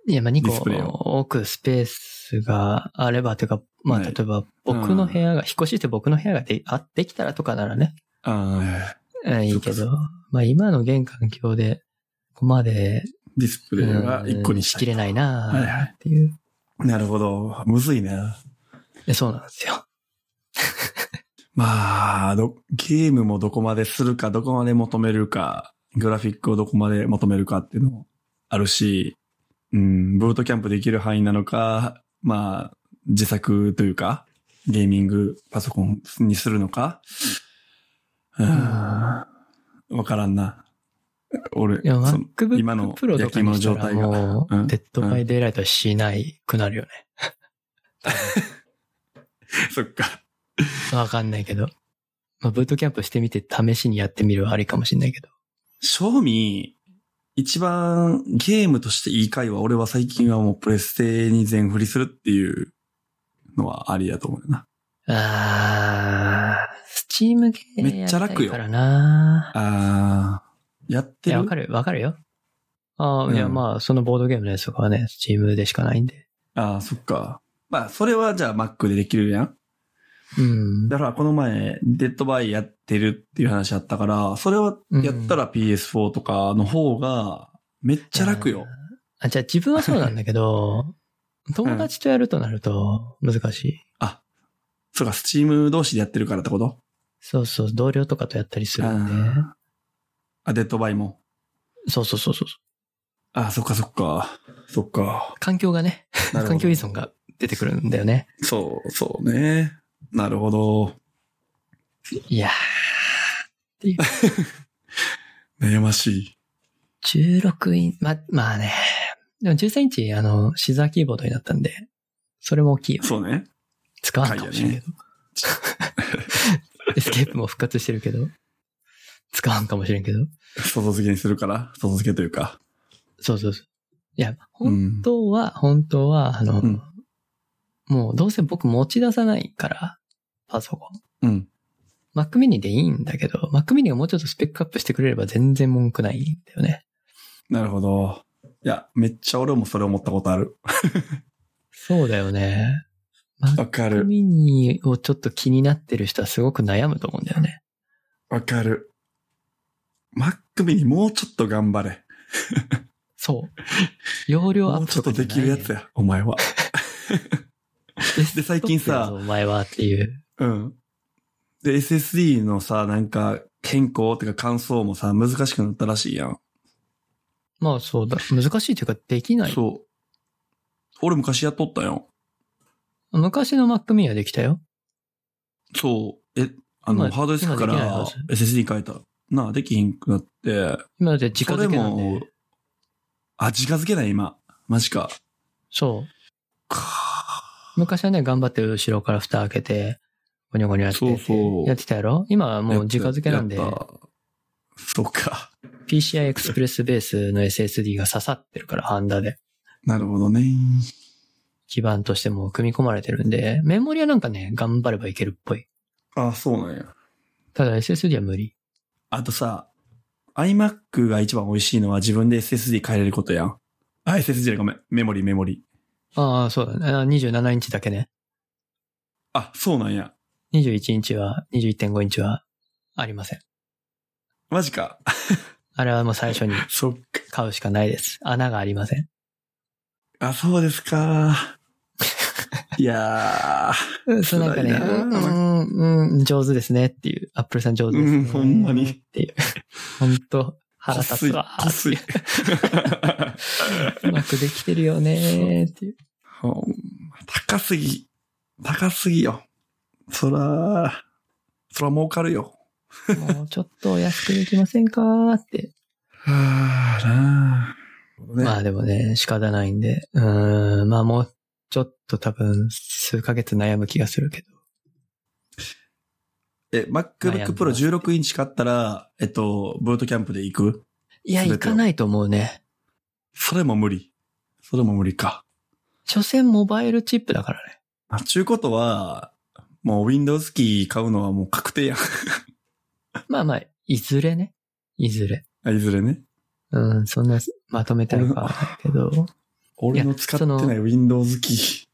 B: いや、まあ、2
A: ディスプレイを
B: 個置くスペースがあれば、というか、まあ、
A: は
B: 例
A: い
B: えば僕の部屋が、引っ越しして僕の部屋がであできたらとかならね、
A: ああ、
B: えいいけ
A: そ
B: ど、まあ、今の現環境で、ここまで、
A: ディスプレイが1個にし
B: したきれない
A: はいは
B: ないっていう。い
A: なるほど。むずいな。
B: やそうなんですよ。
A: まあ、ど、ゲームもどこまでするか、どこまで求めるか、グラフィックをどこまで求めるかっていうのもあるし、うん、ブートキャンプできる範囲なのか、まあ、自作というか、ゲーミングパソコンにするのか、うん、わからんな。俺、
B: いや、
A: その
B: MacBook
A: 今の
B: Pro とかにした
A: 焼き芋の状
B: ら
A: 態が
B: も
A: うん
B: う、デッドバイデイライトはしないくなるよね。
A: [LAUGHS] そっか。
B: わかんないけど。まあ、ブートキャンプしてみて試しにやってみるはありかもしれないけど。
A: 正味、一番ゲームとしていい回は、俺は最近はもうプレステに全振りするっていうのはありやと思うよな。
B: あー、スチームゲーム
A: めっちゃ楽よ
B: からな
A: あー、やっ
B: い
A: て
B: や、
A: る
B: わかる、わかるよ。あー、
A: うん
B: いや、まあ、そのボードゲームのやつとかはね、スチームでしかないんで。
A: あー、そっか。まあ、それはじゃあ Mac でできるやん。
B: うん。
A: だからこの前、デッドバイやってるっていう話あったから、それはやったら PS4 とかの方がめっちゃ楽よ。
B: あ、じゃあ自分はそうなんだ
A: [LAUGHS]
B: けど、友達とやるとなると難しい。
A: あ、そうか、Steam 同士でやってるからってこと
B: そうそう、同僚とかとやったりするんで。
A: ああ、デッドバイも。
B: そうそうそうそう。
A: あー、そっかそっか。そっか。
B: 環境がね、
A: なるほど
B: [LAUGHS] 環境依存が出てくるんだよね。
A: そう、そうね。なるほど。
B: いや
A: 悩ましい。
B: ー、16イン、ま、まあね。でも13インチ、あの、シザーキーボードになったんで、それも大きいよ。
A: そうね。
B: 使わんかもしれんけど。 [LAUGHS] エスケープも復活してるけど。使わんかもしれんけど。
A: 外付けにするから、外付けというか。
B: そうそうそう。いや、
A: う
B: 本
A: ん。
B: 当は、本当は、あの、
A: うん
B: もうどうせ僕持ち出さないから、パソコ
A: う
B: ン。
A: ん。
B: Mac mini でいいんだけど、Mac mini がもうちょっとスペックアップしてくれれば全然文句ないんだよね。
A: なるほど。いや、めっちゃ俺もそれ思ったことある。
B: そうだよね。
A: わか
B: Mac
A: る。
B: mini をちょっと気になってる人はすごく悩むと思うんだよね。
A: わかる。Mac mini もうちょっと頑張れ。
B: そう。容量
A: [LAUGHS]
B: ア
A: も
B: ッ
A: う
B: プ
A: ちょっとできるやつ
B: [LAUGHS] や。
A: や、お [LAUGHS] 前は。で
B: で
A: 最近さ
B: お前はっていう。
A: うん。で、SSD のさ、なんか、健康っていうか感想もさ、難しくなったらしいやん。
B: まあそうだ。難しいというかできない。
A: そう。俺昔やっとったよ。
B: 昔の Mac mini はできたよ。
A: そう。え、あの、
B: 今
A: ハードディスクか
B: 今できないは
A: ら
B: ず
A: SSD 変えた。なあ、できひんくなって。
B: 今だって直付けなん
A: それも
B: で。
A: あ、直付けない今。マジか。
B: そ
A: か
B: う。昔はね、頑張って後ろから蓋開けて、ゴニョゴニョやってて
A: そうそう
B: やってたやろ今はもう直付けなんで
A: や、っぱそっか。
B: PCI Express ベースの SSD が刺さってるから、ハンダで。
A: なるほどね。
B: 基盤としてもう組み込まれてるんで、メモリはなんかね、頑張ればいけるっぽい。
A: あ、そうなんや。
B: ただ SSD は無理。
A: あとさ、iMac が一番美味しいのは自分で SSD 変えれることやん。あ、SSD じゃないごめん。メモリメモリ。
B: ああ、そうだね。あ27インチだけね。
A: あ、そうなんや。
B: 21インチは、21.5インチはありません。
A: マジか。
B: あれはもう最初に
A: そっか。
B: 買うしかないです。穴がありません。
A: あ、そうです
B: [LAUGHS]
A: か。いや
B: うんそうなんかね、
A: 辛いな
B: うん、うん、うん上手ですねっていう、アップルさん上
A: ー、
B: 手です
A: う
B: ね。
A: ん、ほんまに。
B: っていう。本当腹立つわ。
A: こすい。こすい
B: うまくできてるよねーっていう。
A: ほんま [LAUGHS] 高すぎ。高すぎよ。そら、そら儲かるよ。
B: もうちょっと安くできませんかーって。
A: はあ、なあ。ね
B: まあでもね、仕方ないんで。うーん、まあもうちょっと多分数ヶ月悩む気がするけど。
A: え、MacBook
B: 悩んで
A: Pro
B: ます
A: 16インチ買ったら、えっと、ブートキャンプで行く
B: いや、
A: 全てを
B: 行かないと思うね。
A: それも無理。それも無理か。
B: 所詮モバイルチップだからね。
A: あ、ちゅうことは、もう Windows キー買うのはもう確定やん。
B: まあまあ、いずれね。いずれ。
A: あ [LAUGHS] いずれね。
B: うん、そんなまとめたいかはないけど。
A: 俺の使ってない Windows キー。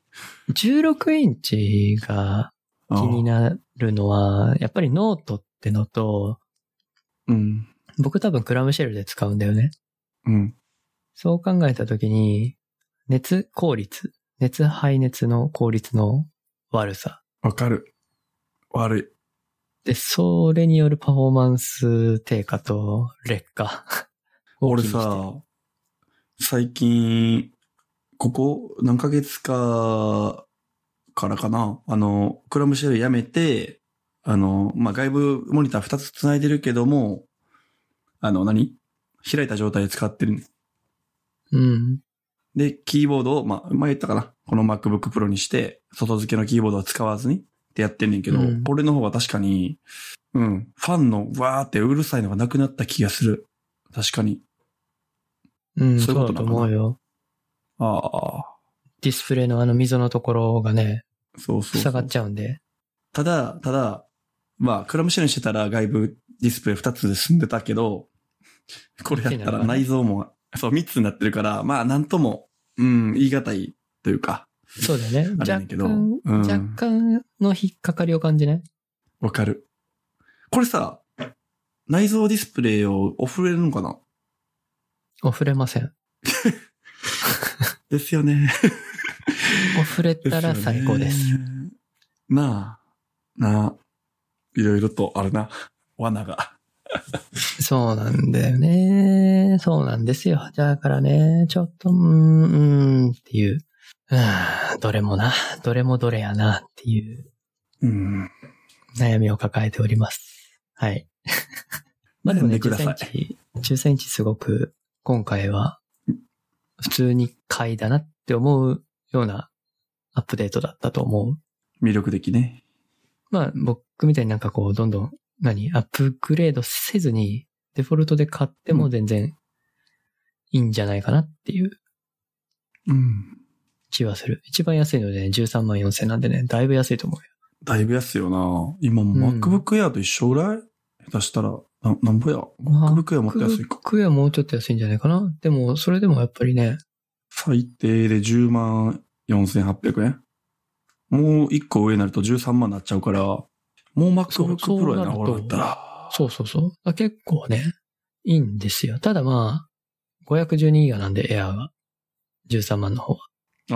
B: 16インチが気に
A: る。
B: なるのは、やっぱりノートってのと、
A: うん。
B: 僕多分クラムシェルで使うんだよね。
A: うん。
B: そう考えたときに、熱効率、熱排熱の効率の悪さ。
A: わかる。悪い。
B: で、それによるパフォーマンス低下と劣化を気
A: [LAUGHS] 俺
B: にして。
A: さ、最近、ここ何ヶ月かからかな、あの、クラムシェルやめて、あの、まあ、外部モニター2つ繋いでるけども、あの、何開いた状態で使ってるね。
B: うん。
A: で、キーボードを、まあ、前言ったかなこの MacBook Pro にして、外付けのキーボードは使わずにってやってんねんけど、
B: うん
A: これの方が確かに、うん、ファンのわーってうるさいのがなくなった気がする。確かに。
B: うん、
A: そ
B: そう
A: いう
B: う
A: こと
B: だ
A: な
B: と
A: のかな
B: 思うよ。
A: ああ、
B: ディスプレイのあの溝のところがね、
A: そうそうそう。
B: 塞がっちゃうんで。
A: ただ、ただ、まあ、クラムシェルにしてたら外部ディスプレイ2つで済んでたけど、 [LAUGHS] これやったら内蔵も、そう、3つになってるから、まあ、なんとも、うん、言い難いというか、
B: そうだよね。
A: あれ
B: 若
A: だけど
B: 干、
A: うん
B: 若干の引っかかりを感じない
A: わかる。これさ、内蔵ディスプレイをオフれるのかな
B: 触れません。
A: ですよね。
B: 触れたら最高です。
A: よね。なあ、なあ、いろいろと、あれな、罠が。
B: そうなんだよね。そうなんですよ。だからね、ちょっと、うーん、うーんっていう。うーんどれもな、どれもどれやなっていう
A: うん。
B: 悩みを抱えております。はい。 [LAUGHS] まあでもね、
A: 悩んでくだ
B: 10
A: さ
B: セ
A: い
B: ンチ、10センチすごく今回は普通に買いだなって思うようなアップデートだったと思う。
A: 魅力的ね。
B: まあ僕みたいになんかこう、どんどん、何、アップグレードせずに、デフォルトで買っても全然いいんじゃないかなっていう
A: うん。
B: 気はする。一番安いので、ね、13万4000なんでね、だいぶ安いと思うよ。
A: だいぶ安いよな。今、
B: ん
A: MacBook Air と一緒ぐらい下手したら、な、なんぼや。MacBook Air もっと安いか。
B: クはもうちょっと安いんじゃないかな。でも、それでもやっぱりね、
A: 最低で10万4800円もう1個上になると13万になっちゃうから、もう MacBook
B: そうそう
A: Pro や
B: なる
A: な、
B: と
A: 俺だったら。
B: そうそうそう。あ結構ね、いいんですよ。ただまあ、512ギガなんで、エアーが。13万の方は。
A: ああ、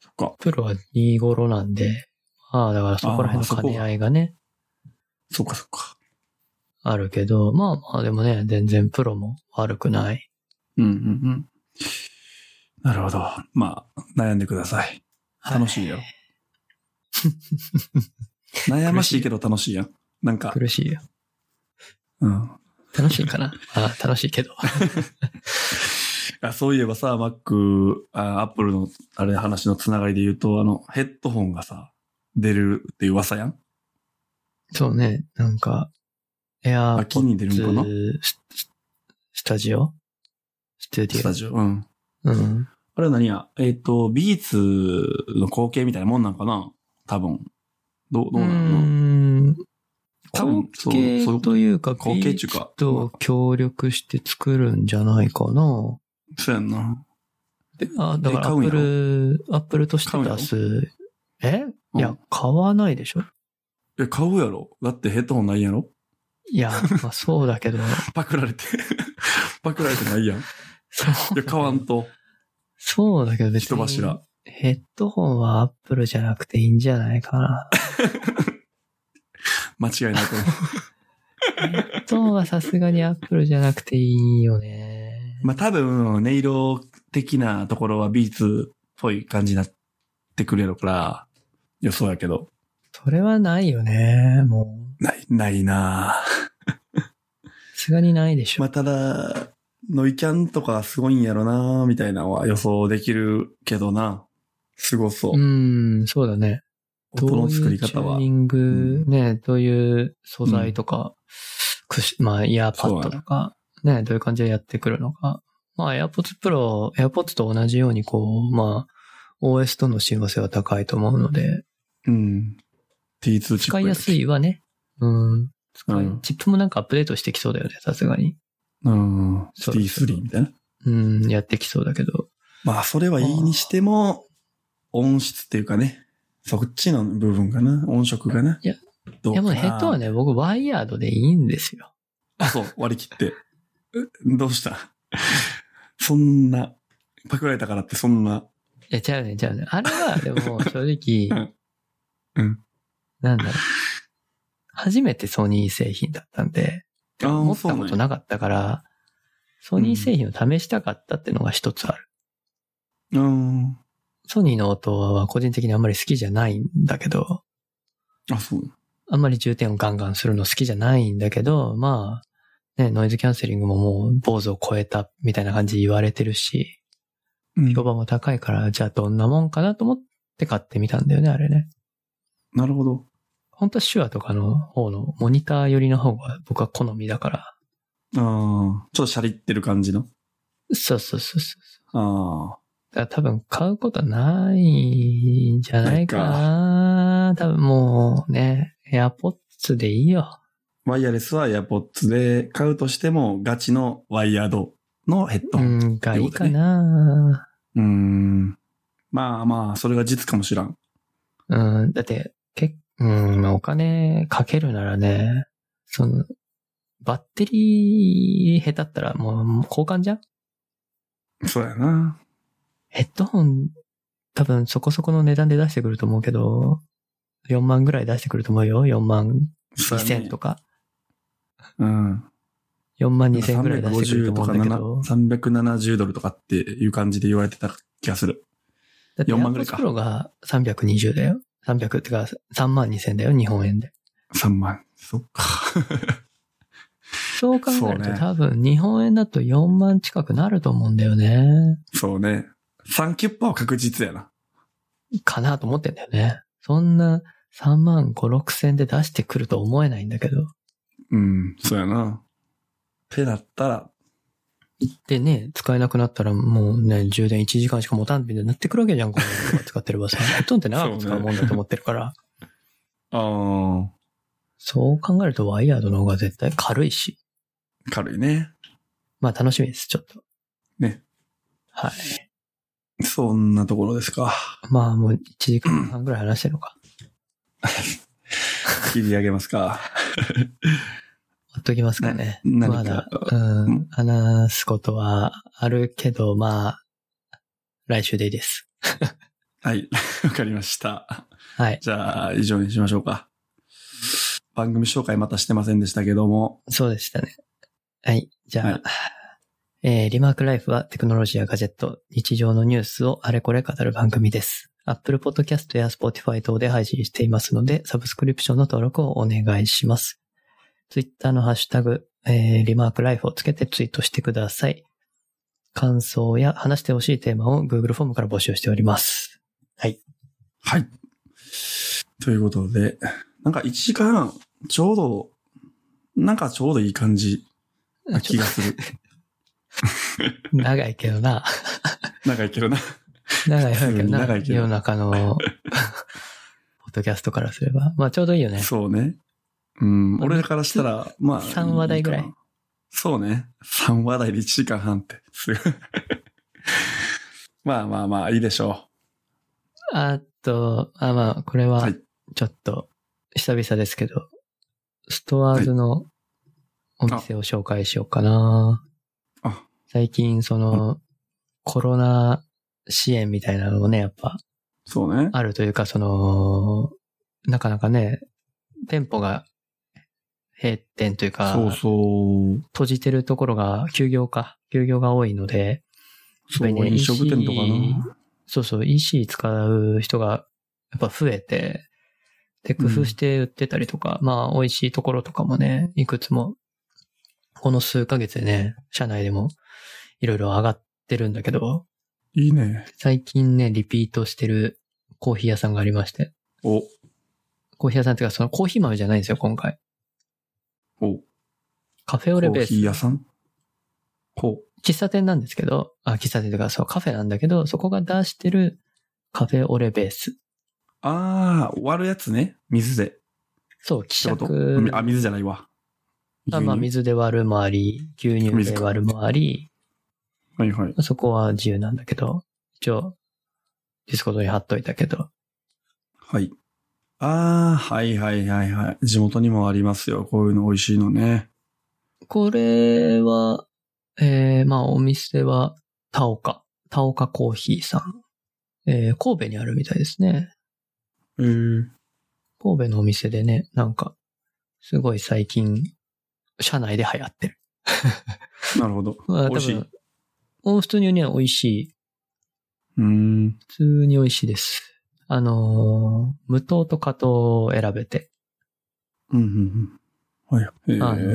A: そっか。
B: プロは2頃なんで、まあ、だからそこら辺の兼ね合いがね、
A: そっかそっか。
B: あるけど、まあまあでもね、全然プロも悪くない。
A: うんうんうん。なるほど。まあ、悩んでください。楽しい
B: [LAUGHS]
A: よ。悩ましいけど楽しいやん。なんか、
B: 苦しいよ。
A: うん。
B: 楽しいかなあ楽しいけど。
A: あそういえばさ、Mac、あ Apple の、あれ話のつながりで言うと、あの、ヘッドホンがさ、出るっていう噂やん。
B: そうね、なんか、エアー
A: 秋に出るんかな
B: ススタジオスタジ
A: ス
B: オ
A: タジオ。うん。
B: うん。
A: あれは何やえっ、と、ビーツの後継みたいなもんなんかな多分。どう、どうなの
B: ん。
A: 多分
B: 後継
A: そうそう
B: というか、
A: 後継っちゅうか
B: ビーツと協力して作るんじゃないかな。
A: そうやんな。
B: あ、だから
A: 買
B: ア
A: うん
B: ッ
A: や
B: プ
A: ろ
B: ル、アップルとして
A: 買うんやろ
B: 出す。え
A: うん
B: いや、買わないでしょ
A: え、買うやろだってヘッドホンないやろ [LAUGHS]
B: いや、まあそうだけど、
A: パクられて。パクられてないやん。い
B: そう。
A: や、買わんと。
B: そうだけど別
A: 人
B: に。
A: 柱。
B: ヘッドホンはアップルじゃなくていいんじゃないかな。
A: 間違いなく。
B: ヘッドホンはさすがにアップルじゃなくていいよね。
A: まあ多分、音色的なところはビーツっぽい感じになってくれるから、予想やけど。
B: それはないよね、もう。
A: ない、ないなぁ
B: さすがにないでしょ。
A: まあただ、ノイキャンとかすごいんやろなぁみたいなのは予想できるけどな。すごそうう。
B: ん、そうだね。
A: 音の作り方は
B: どういうチューニング、
A: う
B: ね、どういう素材とか、くしまあ、イヤーパッドとか、ね、どういう感じでやってくるのか。まあ、AirPods Pro、AirPods と同じように、こう、まあ、OS との親和性は高いと思うので、
A: うん。T2 チップ。
B: 使いやすいはね。うん。使い、
A: うん
B: チップもなんかアップデートしてきそうだよね、さすがに。
A: うん。
B: そうそうそう
A: T3 みたいな。
B: うん、やってきそうだけど。
A: まあ、それはいいにしても、音質っていうかね、そっちの部分かな、音色かな。
B: いや、
A: どう
B: いや、
A: か
B: も
A: な
B: うヘッドは。ね、僕、ワイヤードでいいんですよ。
A: あ、そう、 [LAUGHS] 割り切って。うどうした [LAUGHS] そんな、パクられたからってそんな、
B: いや、ちゃうね、ちゃうね。あれは、
A: [LAUGHS]
B: でも、正直、
A: うんうん
B: なんだろう。初めてソニー製品だったんで、
A: あー
B: 持ったことなかったから、ソニー製品を試したかったっていうのが一つある。
A: うん。
B: ソニーの音は個人的にあんまり好きじゃないんだけど、
A: あ、そう。
B: あんまり重点をガンガンするの好きじゃないんだけど、まあ、ね、ノイズキャンセリングももう坊主を超えたみたいな感じで言われてるし、
A: うん
B: 評判も高いから、じゃあどんなもんかなと思って買ってみたんだよね、あれね。
A: なるほど。
B: 本当は手話とかの方のモニター寄りの方が僕は好みだから。
A: ああ、ちょっとシャリってる感じの。
B: そうそうそうそう。
A: あ
B: だから多分買うことはないんじゃないかな。多分もうね、AirPods でいいよ。
A: あ。ワイヤレスは AirPods で、買うとしてもガチのワイヤードのヘッド
B: う
A: ホン。
B: ん、がいいかな。
A: うーん。まあまあ、それが実かもしらん。
B: うん、だって、けうん、まあお金かけるならね、その、バッテリー下手ったらもうもう交換じゃん
A: そうやな。
B: ヘッドホン、多分そこそこの値段で出してくると思うけど、4万ぐらい出してくると思うよ。4万
A: そうやね
B: 2000とか。
A: うん。
B: 4万2000ぐらい出してく
A: 350
B: ると思
A: と
B: う
A: か
B: んだけ
A: な
B: ど。
A: 370ドルとかっていう感じで言われてた気がする。
B: だって
A: 4万ぐらい
B: AirPods
A: か
B: Pro が320だよ。300ってか3万2000だよ、日本円で。
A: 3万。そっか。
B: そう考える
A: そう
B: と
A: ね
B: 多分日本円だと4万近くなると思うんだよね。
A: そうね。3キュッパは確実やな。
B: かなと思ってんだよね。そんな3万5、6千で出してくると思えないんだけど。
A: うん。そうやな。ってなったら、
B: でね、使えなくなったらもうね、充電1時間しか持たんみたいになってくるわけじゃん、このか使ってれ [LAUGHS] ばさ。ヘッドホンって長く使うもんだと思ってるから。
A: あー、
B: そう考えるとワイヤードの方が絶対軽いし。
A: 軽いね。
B: まあ楽しみです、ちょっと。
A: ね。
B: はい。
A: そんなところですか。
B: まあもう1時間半ぐらい話してるのか。
A: [LAUGHS] 切り上げますか。
B: ほっときますかね。
A: な
B: ま
A: 何
B: だ
A: か、
B: うん、話すことはあるけど、まあ、来週でいいです。
A: はい。 [LAUGHS] わかりました。
B: はい。
A: じゃあ、以上にしましょうか。番組紹介またしてませんでしたけども、
B: そうでしたね。はい。じゃあ、
A: はい
B: えーリマークライフはテクノロジーやガジェット、日常のニュースをあれこれ語る番組です。Apple Podcast や Spotify 等で配信していますので、サブスクリプションの登録をお願いします。Twitter のハッシュタグ、えーリマークライフをつけてツイートしてください。感想や話してほしいテーマを Google フォームから募集しております。
A: はい。ということで、なんか1時間、ちょうど、なんかちょうどいい感じな気
B: ちょ
A: が
B: っ
A: する。
B: と長いけどな。
A: [LAUGHS] 長いけどな。
B: 長いけどな。
A: 長いけど
B: 世の
A: [LAUGHS]
B: 中の、 [LAUGHS] ポッドキャストからすれば。まあちょうどいいよね。
A: そうね。うん、
B: まあ
A: 俺らからしたら、まあ。
B: 三話題ぐらい
A: かなそうね。3話題で1時間半って。 [LAUGHS] すごいまあまあまあ、いいでしょ
B: あと、あ、まあ、これは
A: はい、
B: ちょっと、久々ですけど、ストアーズのお店を紹介しようかな。
A: あ
B: 最近、その、コロナ支援みたいなのもね、やっぱ
A: そうね。
B: あるというか、その、なかなかね、店舗が閉店というか、
A: そうそう。
B: 閉じてるところが休業か、休業が多いので、
A: そう、
B: やっぱりね
A: 飲食店とか
B: EC
A: な。
B: そうそう、EC 使う人がやっぱ増えて、で、工夫して売ってたりとか、まあ、美味しいところとかもね、いくつも、この数ヶ月でね、社内でもいろいろ上がってるんだけど、
A: いいね。
B: 最近ね、リピートしてるコーヒー屋さんがありまして、
A: お、
B: コーヒー屋さんっていうか、そのコーヒー豆じゃないんですよ、今回。
A: お、
B: カフェ
A: コ
B: オレベ
A: ー
B: ース
A: ヒ。ー屋さんこ
B: 喫茶店なんですけど、あ、喫茶店というか、そう、カフェなんだけど、そこが出してるカフェオレベース。
A: う。ああ、割るやつね。水で。っ
B: そう、希
A: てこ
B: 釈
A: と。。あ、水じゃないわ。
B: あまあ、
A: 牛乳
B: 水で割るもあり、牛乳
A: 水
B: で
A: か
B: 割るもあり、
A: はいはい。
B: そこは自由なんだけど、一応、ディスコードに貼っといたけど、
A: はい。ああ、はいはいはいはい。地元にもありますよ。こういうの美味しいのね。
B: これは、えー、まあ、お店は、タオカ、タオカコーヒーさん。えー、神戸にあるみたいですね。
A: えー、
B: 神戸のお店でね、なんか、すごい最近、社内で流行ってる。
A: なるほど。
B: まあ、
A: 美味しい。う
B: 多分普通にね、美味しい。
A: ーん。
B: 普通に美味しいです。あのー無糖と加糖を選べて、
A: うんうんうん。はい。え
B: あの
A: ー、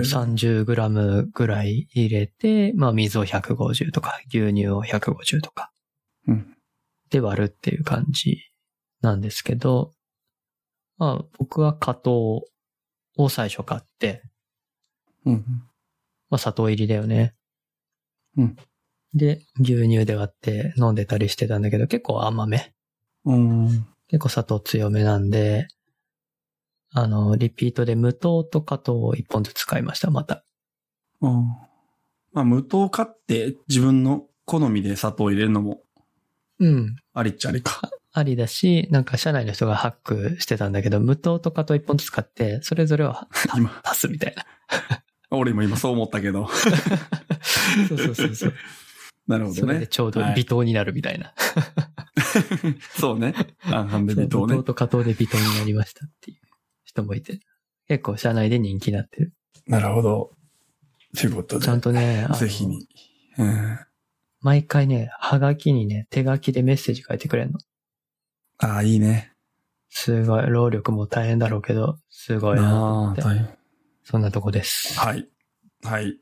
B: 30g ぐらい入れて、まあ水を150とか、牛乳を150とか
A: うん。
B: で割るっていう感じなんですけど、まあ僕は加糖を最初買って、
A: うん。
B: まあ砂糖入りだよね。
A: うん。
B: で、牛乳で割って飲んでたりしてたんだけど、結構甘め。
A: うん。
B: 結構砂糖強めなんで、あの、リピートで無糖と加糖を一本ずつ買いました、また。
A: うんまあ、無糖買って自分の好みで砂糖入れるのも
B: うん。
A: ありっちゃあり
B: [LAUGHS]
A: か。
B: ありだし、なんか社内の人がハックしてたんだけど、無糖と加糖一本ずつ買って、それぞれをた
A: [LAUGHS] 今
B: 足すみたいな。
A: 俺も今そう思ったけど。
B: そうそう [LAUGHS] そうそう。
A: なるほ
B: そ
A: ど
B: れで
A: ね。
B: ちょうど
A: はい
B: 微糖になるみたいな。
A: そうね。半々で
B: そう
A: 微糖
B: 無
A: ね
B: 糖。と加糖で微糖になりましたっていう人もいて。結構社内で人気になってる。
A: なるほど。ということ
B: ちゃん
A: で、
B: とね、あの
A: ぜひに。うん
B: 毎回ね、はがきにね、手書きでメッセージ書いてくれるの。
A: ああ、いいね。
B: すごい、労力も大変だろうけど、すごいなと思
A: あ
B: っ
A: あ、
B: て。
A: 大変。
B: そんなとこです。
A: はい。はい。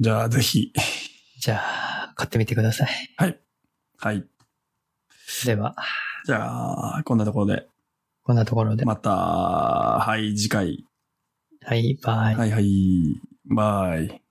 A: じゃあ、ぜひ。
B: じゃあ、買ってみてください。
A: はい。
B: では、
A: じゃあ、こんなところで。
B: こんなところで。
A: また、はい、次回。
B: はい、バイ。
A: はいはい。バイ。